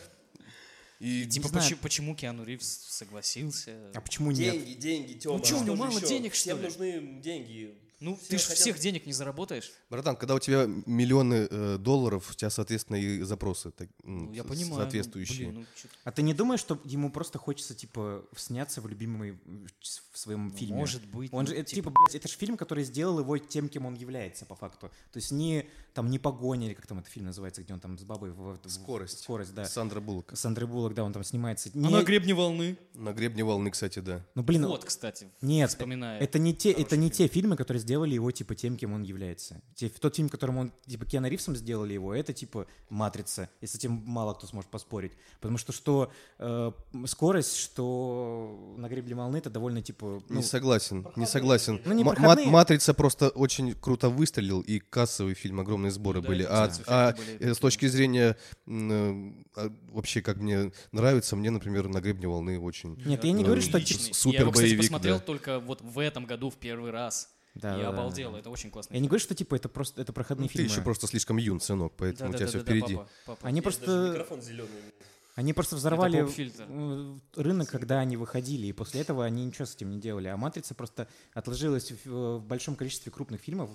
Speaker 4: И
Speaker 3: Типа
Speaker 2: Не знаю.
Speaker 3: почему, почему Киану Ривз согласился?
Speaker 2: А почему нет?
Speaker 1: деньги, Тёма.
Speaker 3: Ну чё, у него мало денег, что ли?
Speaker 1: нужны деньги.
Speaker 3: Ну
Speaker 1: Все
Speaker 3: ты же
Speaker 1: хотят-
Speaker 3: всех денег не заработаешь.
Speaker 4: Братан, когда у тебя миллионы э, долларов, у тебя, соответственно, и запросы так, м,
Speaker 3: Ну, я
Speaker 4: с-
Speaker 3: понимаю. ну,
Speaker 4: соответствующие.
Speaker 3: блин, ну, чё-
Speaker 2: А ты не думаешь, что ему просто хочется, типа, сняться в любимой, м, в своем
Speaker 3: ну,
Speaker 2: фильме?
Speaker 3: Может быть.
Speaker 2: Он
Speaker 3: ну,
Speaker 2: же, это,
Speaker 3: типа,
Speaker 2: типа, блядь, это же фильм, который сделал его тем, кем он является, по факту. То есть не, там, не погоня, или как там этот фильм называется, где он там с бабой... в- в- в-
Speaker 4: Скорость.
Speaker 2: Скорость, да.
Speaker 4: Сандра Буллок.
Speaker 2: С Андрей Буллок, да, он там снимается.
Speaker 3: «А
Speaker 2: Не-
Speaker 3: на гребне волны.
Speaker 4: На гребне волны, кстати, да.
Speaker 2: Ну, блин,
Speaker 3: вот, кстати,
Speaker 2: нет,
Speaker 3: вспоминаю.
Speaker 2: это не, те, это не те фильмы, которые сделали его, типа, тем, кем он является. Те- тот фильм, которым он, типа, Киану Ривзом сделали его, это, типа, «Матрица». И с этим мало кто сможет поспорить. Потому что что э, скорость, что на гребне волны, это довольно, типа... ну,
Speaker 4: не согласен, не согласен.
Speaker 2: Ну, не
Speaker 4: Ма- мат-
Speaker 2: проходные.
Speaker 4: Матрица просто очень круто выстрелил, и кассовый фильм, огромные сборы
Speaker 3: Ну да,
Speaker 4: были.
Speaker 3: и
Speaker 4: А,
Speaker 3: спецэффекты
Speaker 4: а,
Speaker 3: были
Speaker 4: э, с точки зрения м, э, а, вообще, как мне нравится, мне, например, на гребне волны очень.
Speaker 2: Нет, я не
Speaker 4: Ну,
Speaker 2: говорю, что... типа,
Speaker 4: лично.
Speaker 3: Отличный.
Speaker 4: супер
Speaker 3: Я его, кстати,
Speaker 4: боевик,
Speaker 3: посмотрел
Speaker 4: да.
Speaker 3: только вот в этом году в первый раз.
Speaker 2: Да,
Speaker 3: я
Speaker 2: да, да,
Speaker 3: обалдел,
Speaker 2: да.
Speaker 3: это очень классно.
Speaker 2: Я не говорю, что типа это просто это проходные
Speaker 4: Ну, ты
Speaker 2: фильмы.
Speaker 4: еще просто слишком юн, сынок, поэтому у тебя все впереди.
Speaker 3: папа, папа.
Speaker 2: Они просто
Speaker 1: Микрофон зеленый.
Speaker 2: они просто взорвали
Speaker 3: поп-фильтр.
Speaker 2: м, рынок, когда они выходили, и после этого они ничего с этим не делали. А матрица просто отложилась в, в большом количестве крупных фильмов.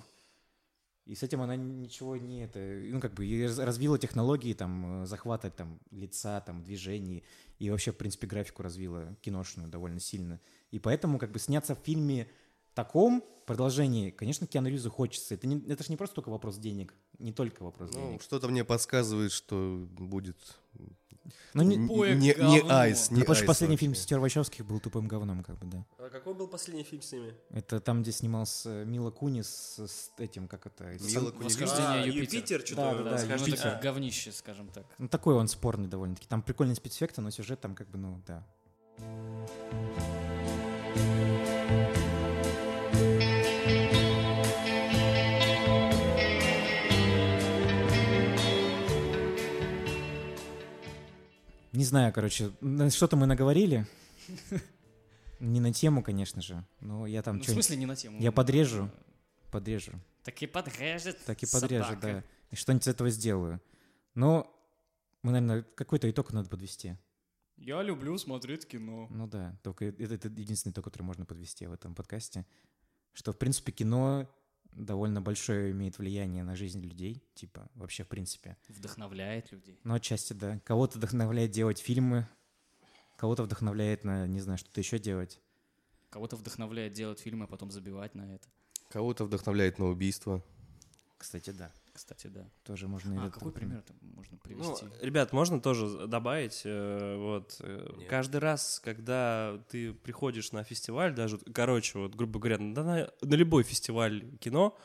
Speaker 2: И с этим она ничего не это, ну как бы и раз- развила технологии там э, захвата там лица, там движений и вообще в принципе графику развила киношную довольно сильно. И поэтому как бы сняться в фильме таком продолжении, конечно, Киану Ривзу хочется. Это не это же не просто только вопрос денег, не только вопрос
Speaker 4: Ну,
Speaker 2: денег.
Speaker 4: что-то мне подсказывает, что будет
Speaker 2: Ну, не-
Speaker 4: н-
Speaker 3: Тупое
Speaker 4: не, не
Speaker 3: говно.
Speaker 4: айс, не
Speaker 2: Ну, потому что
Speaker 4: айс
Speaker 2: последний фильм
Speaker 4: вообще.
Speaker 2: сестер Вачовских был тупым говном, как бы, да.
Speaker 1: А какой был последний фильм с ними?
Speaker 2: Это там, где снимался э, Мила Кунис с, с этим, как это... с-
Speaker 4: Мила Кунис.
Speaker 3: Восхождение
Speaker 1: А,
Speaker 3: Юпитер.
Speaker 1: Юпитер,
Speaker 2: Да,
Speaker 1: что-то,
Speaker 2: да,
Speaker 1: да,
Speaker 2: да,
Speaker 1: с
Speaker 3: Ну,
Speaker 1: каждым-
Speaker 2: Юпитер.
Speaker 3: это говнище, скажем так.
Speaker 2: Ну, такой он спорный довольно-таки. Там прикольные спецэффекты, но сюжет там как бы, ну, да. знаю, короче, на- что-то мы наговорили. Не на тему, конечно же, но я там
Speaker 3: Ну, в
Speaker 2: что-нибудь
Speaker 3: смысле не на тему?
Speaker 2: Я подрежу. подрежу.
Speaker 3: Так и подрежет
Speaker 2: Так и подрежу,
Speaker 3: собака.
Speaker 2: да. И что-нибудь из этого сделаю. Но мы, наверное, какой-то итог надо подвести.
Speaker 3: Я люблю смотреть кино.
Speaker 2: Ну да, только э- это, это единственный итог, который можно подвести в этом подкасте. Что, в принципе, кино довольно большое имеет влияние на жизнь людей, типа, вообще, в принципе.
Speaker 3: Вдохновляет людей.
Speaker 2: Но отчасти, да. Кого-то вдохновляет делать фильмы, кого-то вдохновляет на, не знаю, что-то еще делать.
Speaker 3: Кого-то вдохновляет делать фильмы, а потом забивать на это.
Speaker 4: Кого-то вдохновляет на убийство.
Speaker 2: Кстати, да.
Speaker 3: Кстати, да.
Speaker 2: Тоже можно... и
Speaker 3: А
Speaker 2: этот
Speaker 3: какой пример
Speaker 2: пример.
Speaker 3: там можно
Speaker 1: Ну,
Speaker 3: привести?
Speaker 1: ребят, можно тоже добавить, э, вот, э,
Speaker 5: Нет.
Speaker 1: каждый раз, когда ты приходишь на фестиваль, даже, короче, вот, грубо говоря, на, на- на любой фестиваль кино,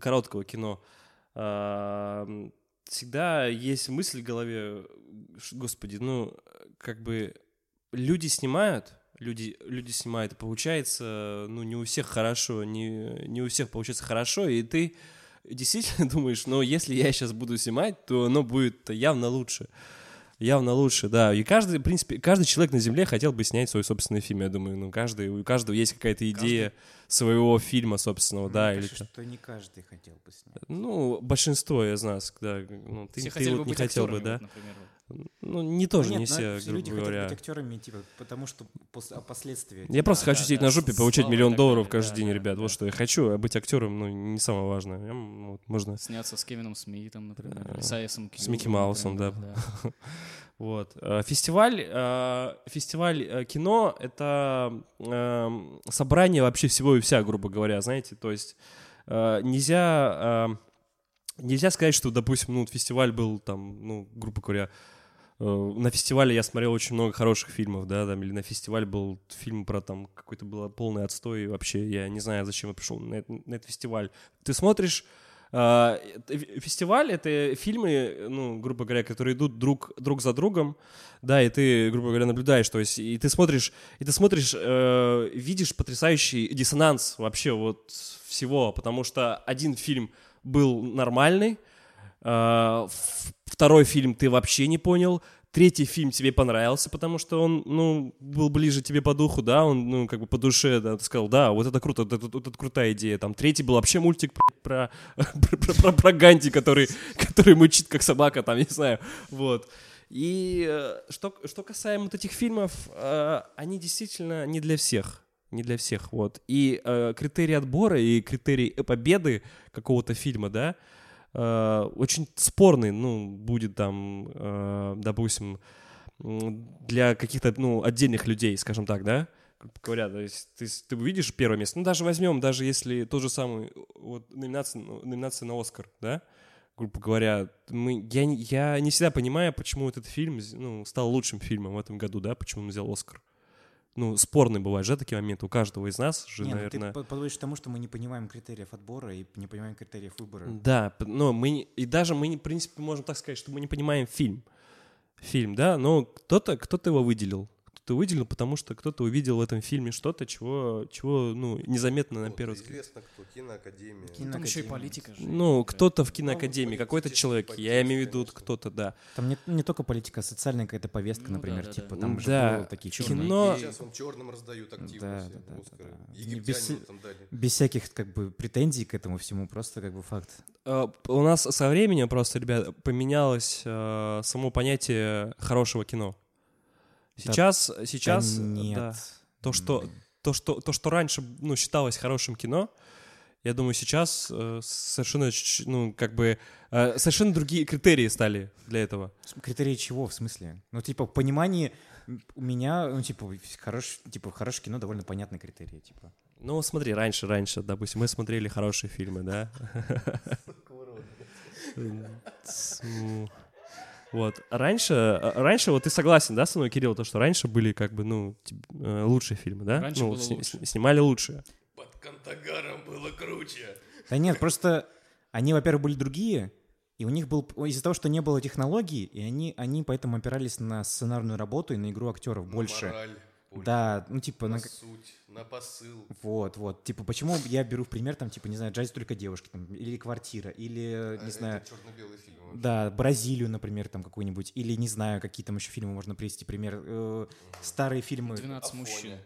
Speaker 1: короткого кино, а, м, всегда есть мысль в голове, ш- господи, ну, как бы люди снимают, люди, люди снимают, и получается, ну, не у всех хорошо, не, не у всех получается хорошо, и ты действительно думаешь, ну, если я сейчас буду снимать, то оно будет явно лучше. Явно лучше, да. И каждый, в принципе, каждый человек на Земле хотел бы снять свой собственный фильм, я думаю. Ну, каждый, у каждого есть какая-то идея своего фильма собственного,
Speaker 2: Мне
Speaker 1: да. Или...
Speaker 2: кажется,
Speaker 1: там.
Speaker 2: что не каждый хотел бы снять.
Speaker 1: Ну, большинство из нас, да. Ну, ты,
Speaker 3: Все
Speaker 1: ты
Speaker 3: хотели
Speaker 1: вот
Speaker 3: бы
Speaker 1: не
Speaker 3: быть
Speaker 1: хотел
Speaker 3: актерами,
Speaker 1: бы, да?
Speaker 3: вот, например, вот.
Speaker 1: Ну, не тоже,
Speaker 2: Нет,
Speaker 1: не
Speaker 2: но
Speaker 1: все, грубо
Speaker 2: люди
Speaker 1: говоря.
Speaker 2: хотят быть актерами, типа, потому что после, а последствия.
Speaker 1: Я просто
Speaker 3: Да,
Speaker 1: хочу
Speaker 3: да,
Speaker 1: сидеть
Speaker 3: да,
Speaker 1: на жопе и
Speaker 3: с-
Speaker 1: получать
Speaker 3: слава и
Speaker 1: миллион
Speaker 3: так
Speaker 1: долларов
Speaker 3: далее.
Speaker 1: каждый
Speaker 3: Да,
Speaker 1: день,
Speaker 3: да,
Speaker 1: ребят.
Speaker 3: да.
Speaker 1: Вот что я хочу, а быть актером, ну, не самое важное. Я, м, ну, вот, можно.
Speaker 3: Сняться с Кевином Смитом, например,
Speaker 1: Да.
Speaker 3: или с Айесом Кьюбом,
Speaker 1: Э, Микки Маусом,
Speaker 3: например,
Speaker 1: Вот. Э, Фестиваль, э, фестиваль э, кино — это эм, собрание вообще всего и вся, грубо говоря, знаете, то есть э, нельзя, эм, нельзя сказать, что, допустим, ну, вот фестиваль был там, ну, грубо говоря, э, на фестивале я смотрел очень много хороших фильмов, да, там, или на фестивале был фильм про там какой-то был полный отстой, и вообще я не знаю, зачем я пришел на, этот- на этот фестиваль. Ты смотришь а, э, ф- Фестиваль — это фильмы, э, ну, грубо говоря, которые идут друг, друг за другом, да, и ты, грубо говоря, наблюдаешь, то есть, и ты смотришь, и ты смотришь, э, видишь потрясающий диссонанс вообще вот всего, потому что один фильм был нормальный, а, ф- второй фильм ты вообще не понял, третий фильм тебе понравился, потому что он, ну, был ближе тебе по духу, да, он, ну, как бы по душе, да, ты сказал, да, вот это круто, вот это, вот это крутая идея, там, третий был вообще мультик про, про, про- про- про Ганди, который, который мучит как собака, там, не знаю, вот. И э, что, что касаемо вот этих фильмов, э, они действительно не для всех, не для всех, вот. И э, критерии отбора и критерии э, победы какого-то фильма, да, э, очень спорный, ну, будет там, э, допустим, м, для каких-то, ну, отдельных людей, скажем так, да, грубо говоря, то есть ты, с- ты увидишь первое место, ну, даже возьмем, даже если тот же самый, вот, номинация, номинация на Оскар, да, грубо говоря, мы, я, не- я не всегда понимаю, почему этот фильм, з- ну, стал лучшим фильмом в этом году, да, почему он взял Оскар. Ну, спорный бывает, да, такие моменты у каждого из нас же,
Speaker 2: Не, ну
Speaker 1: наверное...
Speaker 2: ты по- подводишь к тому, что мы не понимаем критериев отбора и не понимаем критериев выбора.
Speaker 1: Да, п- но мы не- и даже мы, не- в принципе, можем так сказать, что мы не понимаем фильм, фильм, да, но кто-то, кто-то его выделил, кто-то выделил, потому что кто-то увидел в этом фильме что-то, чего, чего, ну, незаметно на первый взгляд.
Speaker 4: Известно кто, киноакадемия.
Speaker 2: Кино-
Speaker 3: Там еще и
Speaker 2: Киноакадемия.
Speaker 3: политика же.
Speaker 1: Ну, кто-то в киноакадемии,
Speaker 4: политический,
Speaker 1: какой-то человек, я
Speaker 4: политический,
Speaker 1: имею в виду
Speaker 4: конечно.
Speaker 1: кто-то, да.
Speaker 2: Там не, не только политика, а социальная какая-то повестка,
Speaker 3: Ну
Speaker 2: например,
Speaker 3: да, да,
Speaker 2: типа
Speaker 3: да.
Speaker 2: там же
Speaker 1: Да, ну.
Speaker 2: было такие
Speaker 3: кино-
Speaker 2: черные-
Speaker 1: Но
Speaker 4: Сейчас он черным раздают активно
Speaker 2: Да,
Speaker 4: все
Speaker 2: да, да, да,
Speaker 4: Оскары.
Speaker 2: да.
Speaker 4: Египтянину
Speaker 2: Без-
Speaker 4: там дали.
Speaker 2: без всяких как бы претензий к этому всему, просто как бы факт.
Speaker 1: э, у нас со временем просто, ребят, поменялось э, само понятие хорошего кино.
Speaker 2: Да
Speaker 1: Сейчас, сейчас,
Speaker 2: Да
Speaker 1: э,
Speaker 2: нет.
Speaker 1: да. То, что, то, что, то, что раньше ну, считалось хорошим кино, я думаю, сейчас э, совершенно, ч- ну, как бы, э, совершенно другие критерии стали для этого.
Speaker 2: С- Критерии чего, в смысле? Ну, типа, в понимании м, у меня, ну, типа, хорош, типа, хорошее кино довольно понятные критерии, типа.
Speaker 1: Ну, смотри, раньше, раньше, допустим, мы смотрели хорошие фильмы, да? Ну, Вот. Раньше, э, раньше, вот ты согласен, да, со мной, Кирилл, то, что раньше были, как бы, ну, тип- э, лучшие фильмы, да?
Speaker 3: Раньше
Speaker 1: ну,
Speaker 3: было
Speaker 1: сни-
Speaker 3: лучше.
Speaker 1: сни- снимали лучшие.
Speaker 5: Под Кантагаром было круче.
Speaker 2: Да нет, просто они, во-первых, были другие, и у них был... п- Из-за того, что не было технологий, и они, они поэтому опирались на сценарную работу и на игру актеров больше.
Speaker 5: Мораль. понял.
Speaker 2: Да, ну типа,
Speaker 5: На
Speaker 2: на-
Speaker 5: суть, на посыл.
Speaker 2: вот, вот, типа, почему я беру в пример, там, типа, не знаю, джаз только девушки, там, или квартира, или,
Speaker 5: А,
Speaker 2: не знаю,
Speaker 5: Это черно-белый фильм. вообще.
Speaker 2: да, Бразилию, например, там, какую-нибудь, или, не знаю, какие там еще фильмы можно привести, пример, э, старые фильмы,
Speaker 3: 12
Speaker 5: Афоня.
Speaker 3: мужчин.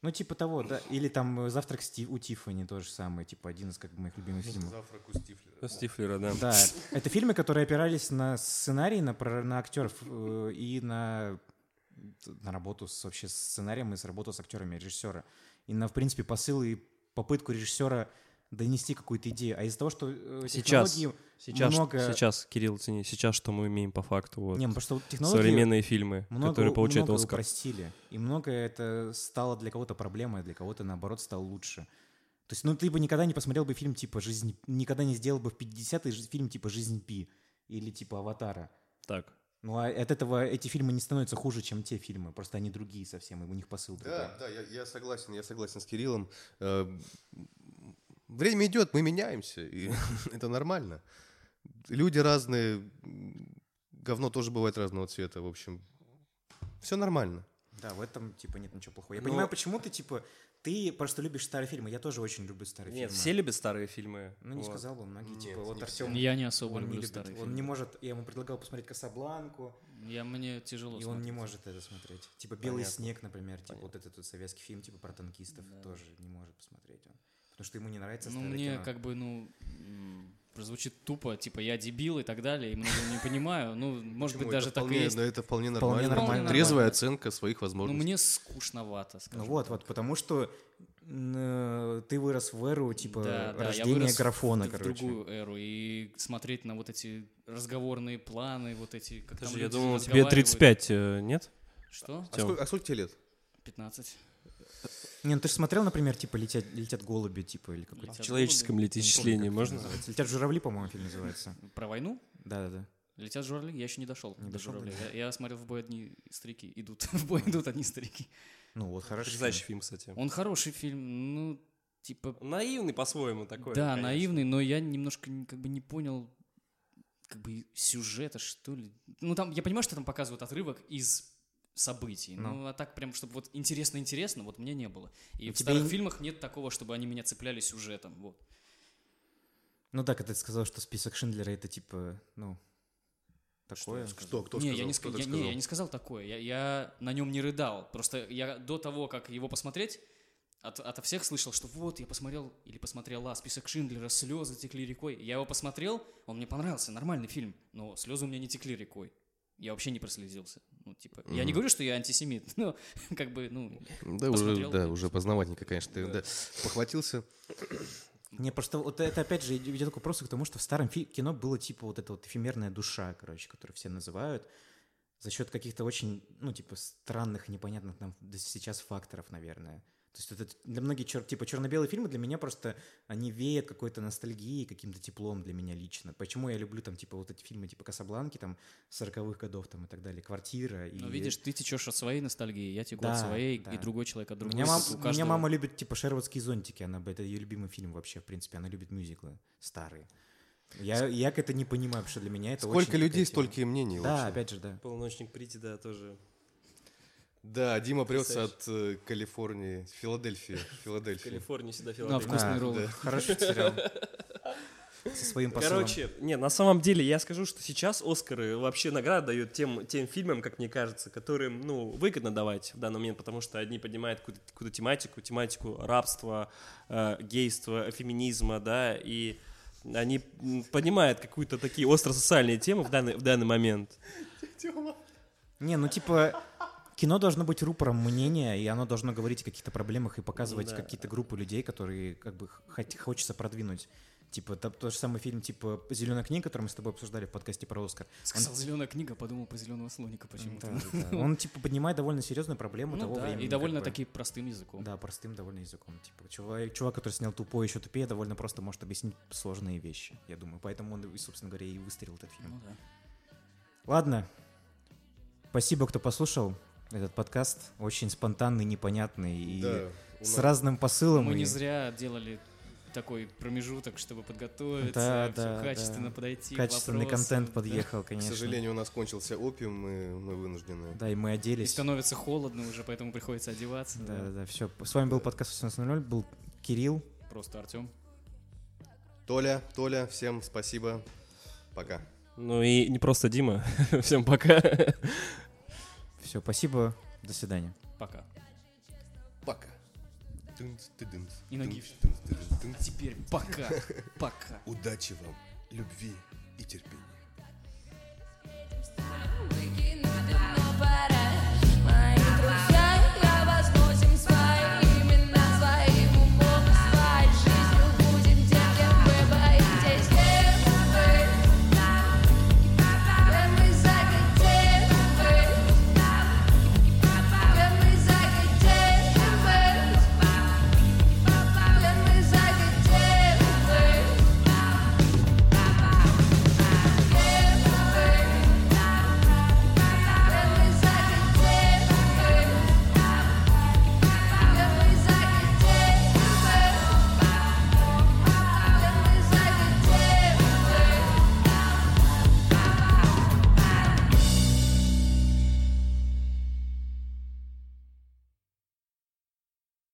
Speaker 2: ну, типа того, да, или там э, «Завтрак Стив- у Тиффани», то же самое, типа, один из, как бы, моих
Speaker 5: Ну,
Speaker 2: любимых фильмов.
Speaker 5: Завтрак у Стифлера.
Speaker 1: Стифлера, да.
Speaker 2: Да, это фильмы, которые опирались на сценарий, на, про- на актеров э, и на, на работу с, вообще с сценарием и с работу с актерами режиссера. И на, в принципе, посыл и попытку режиссера донести какую-то идею. А из-за того, что э,
Speaker 1: Сейчас.
Speaker 2: технологии...
Speaker 1: Сейчас,
Speaker 2: много-
Speaker 1: сейчас, Кирилл, цени, сейчас что мы имеем по факту? Вот.
Speaker 2: Не, ну, потому что технологии
Speaker 1: Современные фильмы,
Speaker 2: много,
Speaker 1: которые получают
Speaker 2: многое
Speaker 1: Оскар.
Speaker 2: упростили. И многое это стало для кого-то проблемой, а для кого-то, наоборот, стало лучше. То есть, ну, ты бы никогда не посмотрел бы фильм типа «Жизнь...», никогда не сделал бы в 50-е жи- фильм типа «Жизнь Пи» или типа «Аватара».
Speaker 1: Так.
Speaker 2: Ну, а от этого эти фильмы не становятся хуже, чем те фильмы. Просто они другие совсем, и у них посыл другой.
Speaker 4: Да, да, я, я согласен, я согласен с Кириллом. Э, Время идет, мы меняемся, и это нормально. Люди разные, м, говно тоже бывает разного цвета, в общем. Все нормально.
Speaker 2: Да, в этом, типа, нет ничего плохого. Я
Speaker 1: Но-
Speaker 2: понимаю, почему ты, типа, ты просто любишь старые фильмы. Я тоже очень люблю старые
Speaker 1: Нет,
Speaker 2: фильмы.
Speaker 1: все любят старые фильмы.
Speaker 2: Ну, не
Speaker 1: Вот.
Speaker 2: сказал бы, многие,
Speaker 4: Нет,
Speaker 2: типа,
Speaker 4: не
Speaker 2: вот
Speaker 4: все.
Speaker 2: Артем,
Speaker 3: Я не особо
Speaker 2: он не
Speaker 3: люблю
Speaker 2: любит,
Speaker 3: старые
Speaker 2: он не
Speaker 3: фильмы.
Speaker 2: может, я ему предлагал посмотреть «Касабланку»,
Speaker 3: Я мне тяжело.
Speaker 2: и он не
Speaker 3: смотреть.
Speaker 2: может это смотреть. Типа «Белый
Speaker 1: Понятно.
Speaker 2: снег», например, типа вот этот вот советский фильм, типа, про танкистов, тоже не может посмотреть он. Потому что ему не нравится
Speaker 3: Ну,
Speaker 2: старое
Speaker 3: мне
Speaker 2: кино.
Speaker 3: как бы, ну, м, прозвучит тупо, типа, я дебил и так далее, и многого не понимаю. Ну, может быть,
Speaker 4: Почему?
Speaker 3: даже
Speaker 4: это
Speaker 3: так и
Speaker 4: вполне,
Speaker 3: есть.
Speaker 4: да, это вполне
Speaker 2: Вполне
Speaker 4: нормально.
Speaker 2: нормально.
Speaker 4: Трезвая оценка своих
Speaker 3: Но
Speaker 4: возможностей.
Speaker 3: мне скучновато,
Speaker 2: Ну
Speaker 3: скажем
Speaker 2: вот,
Speaker 3: так.
Speaker 2: вот, потому что м, э, ты вырос в эру, типа,
Speaker 3: Да, да, я
Speaker 2: рождения
Speaker 3: вырос
Speaker 2: графона,
Speaker 3: в, в
Speaker 2: короче.
Speaker 3: другую эру и смотреть на вот эти разговорные планы, вот эти, как там
Speaker 1: Подожди, я
Speaker 3: люди
Speaker 1: думал, тебе
Speaker 3: разговаривают.
Speaker 1: 35, э, нет?
Speaker 3: Что?
Speaker 4: А, сколько, а сколько тебе лет?
Speaker 3: 15.
Speaker 2: Не, ну ты же смотрел, например, типа «Летят, летят голуби», типа, или какой-то...
Speaker 1: А В
Speaker 3: Летят
Speaker 1: человеческом
Speaker 3: голуби.
Speaker 1: летоисчислении можно?
Speaker 2: называется? «Летят журавли», по-моему, фильм называется.
Speaker 3: Про войну?
Speaker 2: Да-да-да.
Speaker 3: Летят журавли? Я еще не дошел
Speaker 2: Не
Speaker 3: до
Speaker 2: дошел,
Speaker 3: журавлей. Я, я смотрел в бой одни старики идут. в бой идут одни старики.
Speaker 2: Ну вот, хорошо.
Speaker 1: Потрясающий фильм, кстати.
Speaker 3: Он хороший фильм, ну, типа...
Speaker 1: Наивный по-своему такой.
Speaker 3: да,
Speaker 1: конечно.
Speaker 3: наивный, но я немножко н- как бы не понял как бы сюжета, что ли. Ну, там, я понимаю, что там показывают отрывок из событий.
Speaker 2: Ну.
Speaker 3: Ну, а так прям, чтобы вот интересно-интересно, вот мне не было. И
Speaker 2: Ну,
Speaker 3: в
Speaker 2: тебе
Speaker 3: старых
Speaker 2: и-
Speaker 3: фильмах нет такого, чтобы они меня цепляли сюжетом. Вот.
Speaker 2: Ну да, когда ты сказал, что список Шиндлера это типа, ну, такое.
Speaker 4: Что, кто
Speaker 3: не,
Speaker 4: сказал?
Speaker 3: я не,
Speaker 4: Кто
Speaker 3: ска-
Speaker 4: так
Speaker 3: я, не,
Speaker 4: сказал?
Speaker 3: я не сказал такое. Я, я на нем не рыдал. Просто я до того, как его посмотреть, от, ото всех слышал, что вот, я посмотрел или посмотрела список Шиндлера, слезы текли рекой. Я его посмотрел, он мне понравился, нормальный фильм, но слезы у меня не текли рекой. Я вообще не прослезился. Ну, типа, я не
Speaker 4: Мгм.
Speaker 3: говорю, что я антисемит, но как бы, ну,
Speaker 4: Да, уже,
Speaker 3: Посмотрел,
Speaker 4: да,
Speaker 3: конечно.
Speaker 4: уже познавательненько, конечно, ты да, похватился.
Speaker 2: Не, просто вот это опять же идет к вопросу к тому, что в старом фи- кино было типа вот эта вот эфемерная душа, короче, которую все называют за счет каких-то очень, ну, типа, странных, непонятных нам до сейчас факторов, наверное. То есть вот это для многих, чер- типа, черно-белые фильмы для меня просто, они веют какой-то ностальгией, каким-то теплом для меня лично. Почему я люблю там, типа, вот эти фильмы, типа, «Касабланки», там, 40-х годов, там, и так далее, «Квартира». И...
Speaker 3: ну, видишь, ты течешь от своей ностальгии, я теку
Speaker 2: Да,
Speaker 3: от своей,
Speaker 2: да.
Speaker 3: и другой человек от
Speaker 2: У
Speaker 3: другой.
Speaker 2: меня, мам-
Speaker 3: У
Speaker 2: у меня
Speaker 3: каждого-
Speaker 2: мама любит, типа, «Шервудские зонтики», она, бы- это ее любимый фильм вообще, в принципе, она любит мюзиклы старые. Я, я к это не понимаю, потому что для меня это
Speaker 4: Сколько
Speaker 2: очень
Speaker 4: людей,
Speaker 2: такая тема.
Speaker 4: столько и мнений.
Speaker 2: Да,
Speaker 4: вообще.
Speaker 2: опять же, да.
Speaker 1: Полуночник Прити, да, тоже.
Speaker 4: Да, Дима прется от э, Калифорнии, Филадельфии, Филадельфии.
Speaker 1: Калифорния всегда
Speaker 3: Да,
Speaker 1: Филадельфия.
Speaker 3: вкусные
Speaker 2: Да,
Speaker 3: роллы.
Speaker 2: Хороший сериал. Со своим посылом.
Speaker 1: Короче, не, на самом деле я скажу, что сейчас Оскары вообще награды дают тем, тем фильмам, как мне кажется, которым, ну, выгодно давать в данный момент, потому что одни поднимают какую-то, какую-то тематику, тематику рабства, э, гейства, феминизма, да, и они м, поднимают какую-то такие остро-социальные темы в данный, в данный момент.
Speaker 2: Не, ну типа... Кино должно быть рупором мнения, и оно должно говорить о каких-то проблемах и показывать
Speaker 1: Да.
Speaker 2: какие-то группы людей, которые как бы хот- хочется продвинуть. Типа та- тот же самый фильм типа «Зеленая книга», который мы с тобой обсуждали в подкасте про Оскар.
Speaker 3: Сказал зеленая книга, подумал про зеленого слоника почему-то.
Speaker 2: Да, да, да. Он типа поднимает довольно серьезную проблему
Speaker 3: Ну
Speaker 2: того
Speaker 3: да,
Speaker 2: времени.
Speaker 3: и
Speaker 2: как бы.
Speaker 3: довольно-таки простым языком.
Speaker 2: Да, простым довольно языком. Типа, чувак, чувак, который снял тупое еще тупее, довольно просто может объяснить сложные вещи, я думаю. Поэтому он, и, собственно говоря, и выстрелил этот фильм.
Speaker 3: Ну да.
Speaker 2: Ладно. Спасибо, кто послушал этот подкаст. Очень спонтанный, непонятный и
Speaker 4: Да, у
Speaker 2: с
Speaker 4: нас-
Speaker 2: разным посылом.
Speaker 3: Мы
Speaker 2: и
Speaker 3: не зря делали такой промежуток, чтобы подготовиться,
Speaker 2: Да,
Speaker 3: всё
Speaker 2: да,
Speaker 3: качественно
Speaker 2: да.
Speaker 3: подойти. к
Speaker 2: Качественный
Speaker 3: вопросам,
Speaker 2: контент
Speaker 3: да.
Speaker 2: подъехал,
Speaker 4: К
Speaker 2: конечно.
Speaker 4: сожалению, у нас кончился опиум, и мы вынуждены.
Speaker 2: Да, и мы
Speaker 3: И
Speaker 2: оделись.
Speaker 3: становится холодно уже, поэтому приходится одеваться.
Speaker 2: Да, да, да, все. С вами был подкаст 18.00, был Кирилл.
Speaker 3: Просто Артем.
Speaker 4: Толя, Толя, всем спасибо. Пока.
Speaker 1: Ну и не просто Дима. Всем пока.
Speaker 2: Все, спасибо, до свидания.
Speaker 3: Пока.
Speaker 4: Пока.
Speaker 3: И ноги. Теперь пока. Пока.
Speaker 4: Удачи вам, любви и терпения.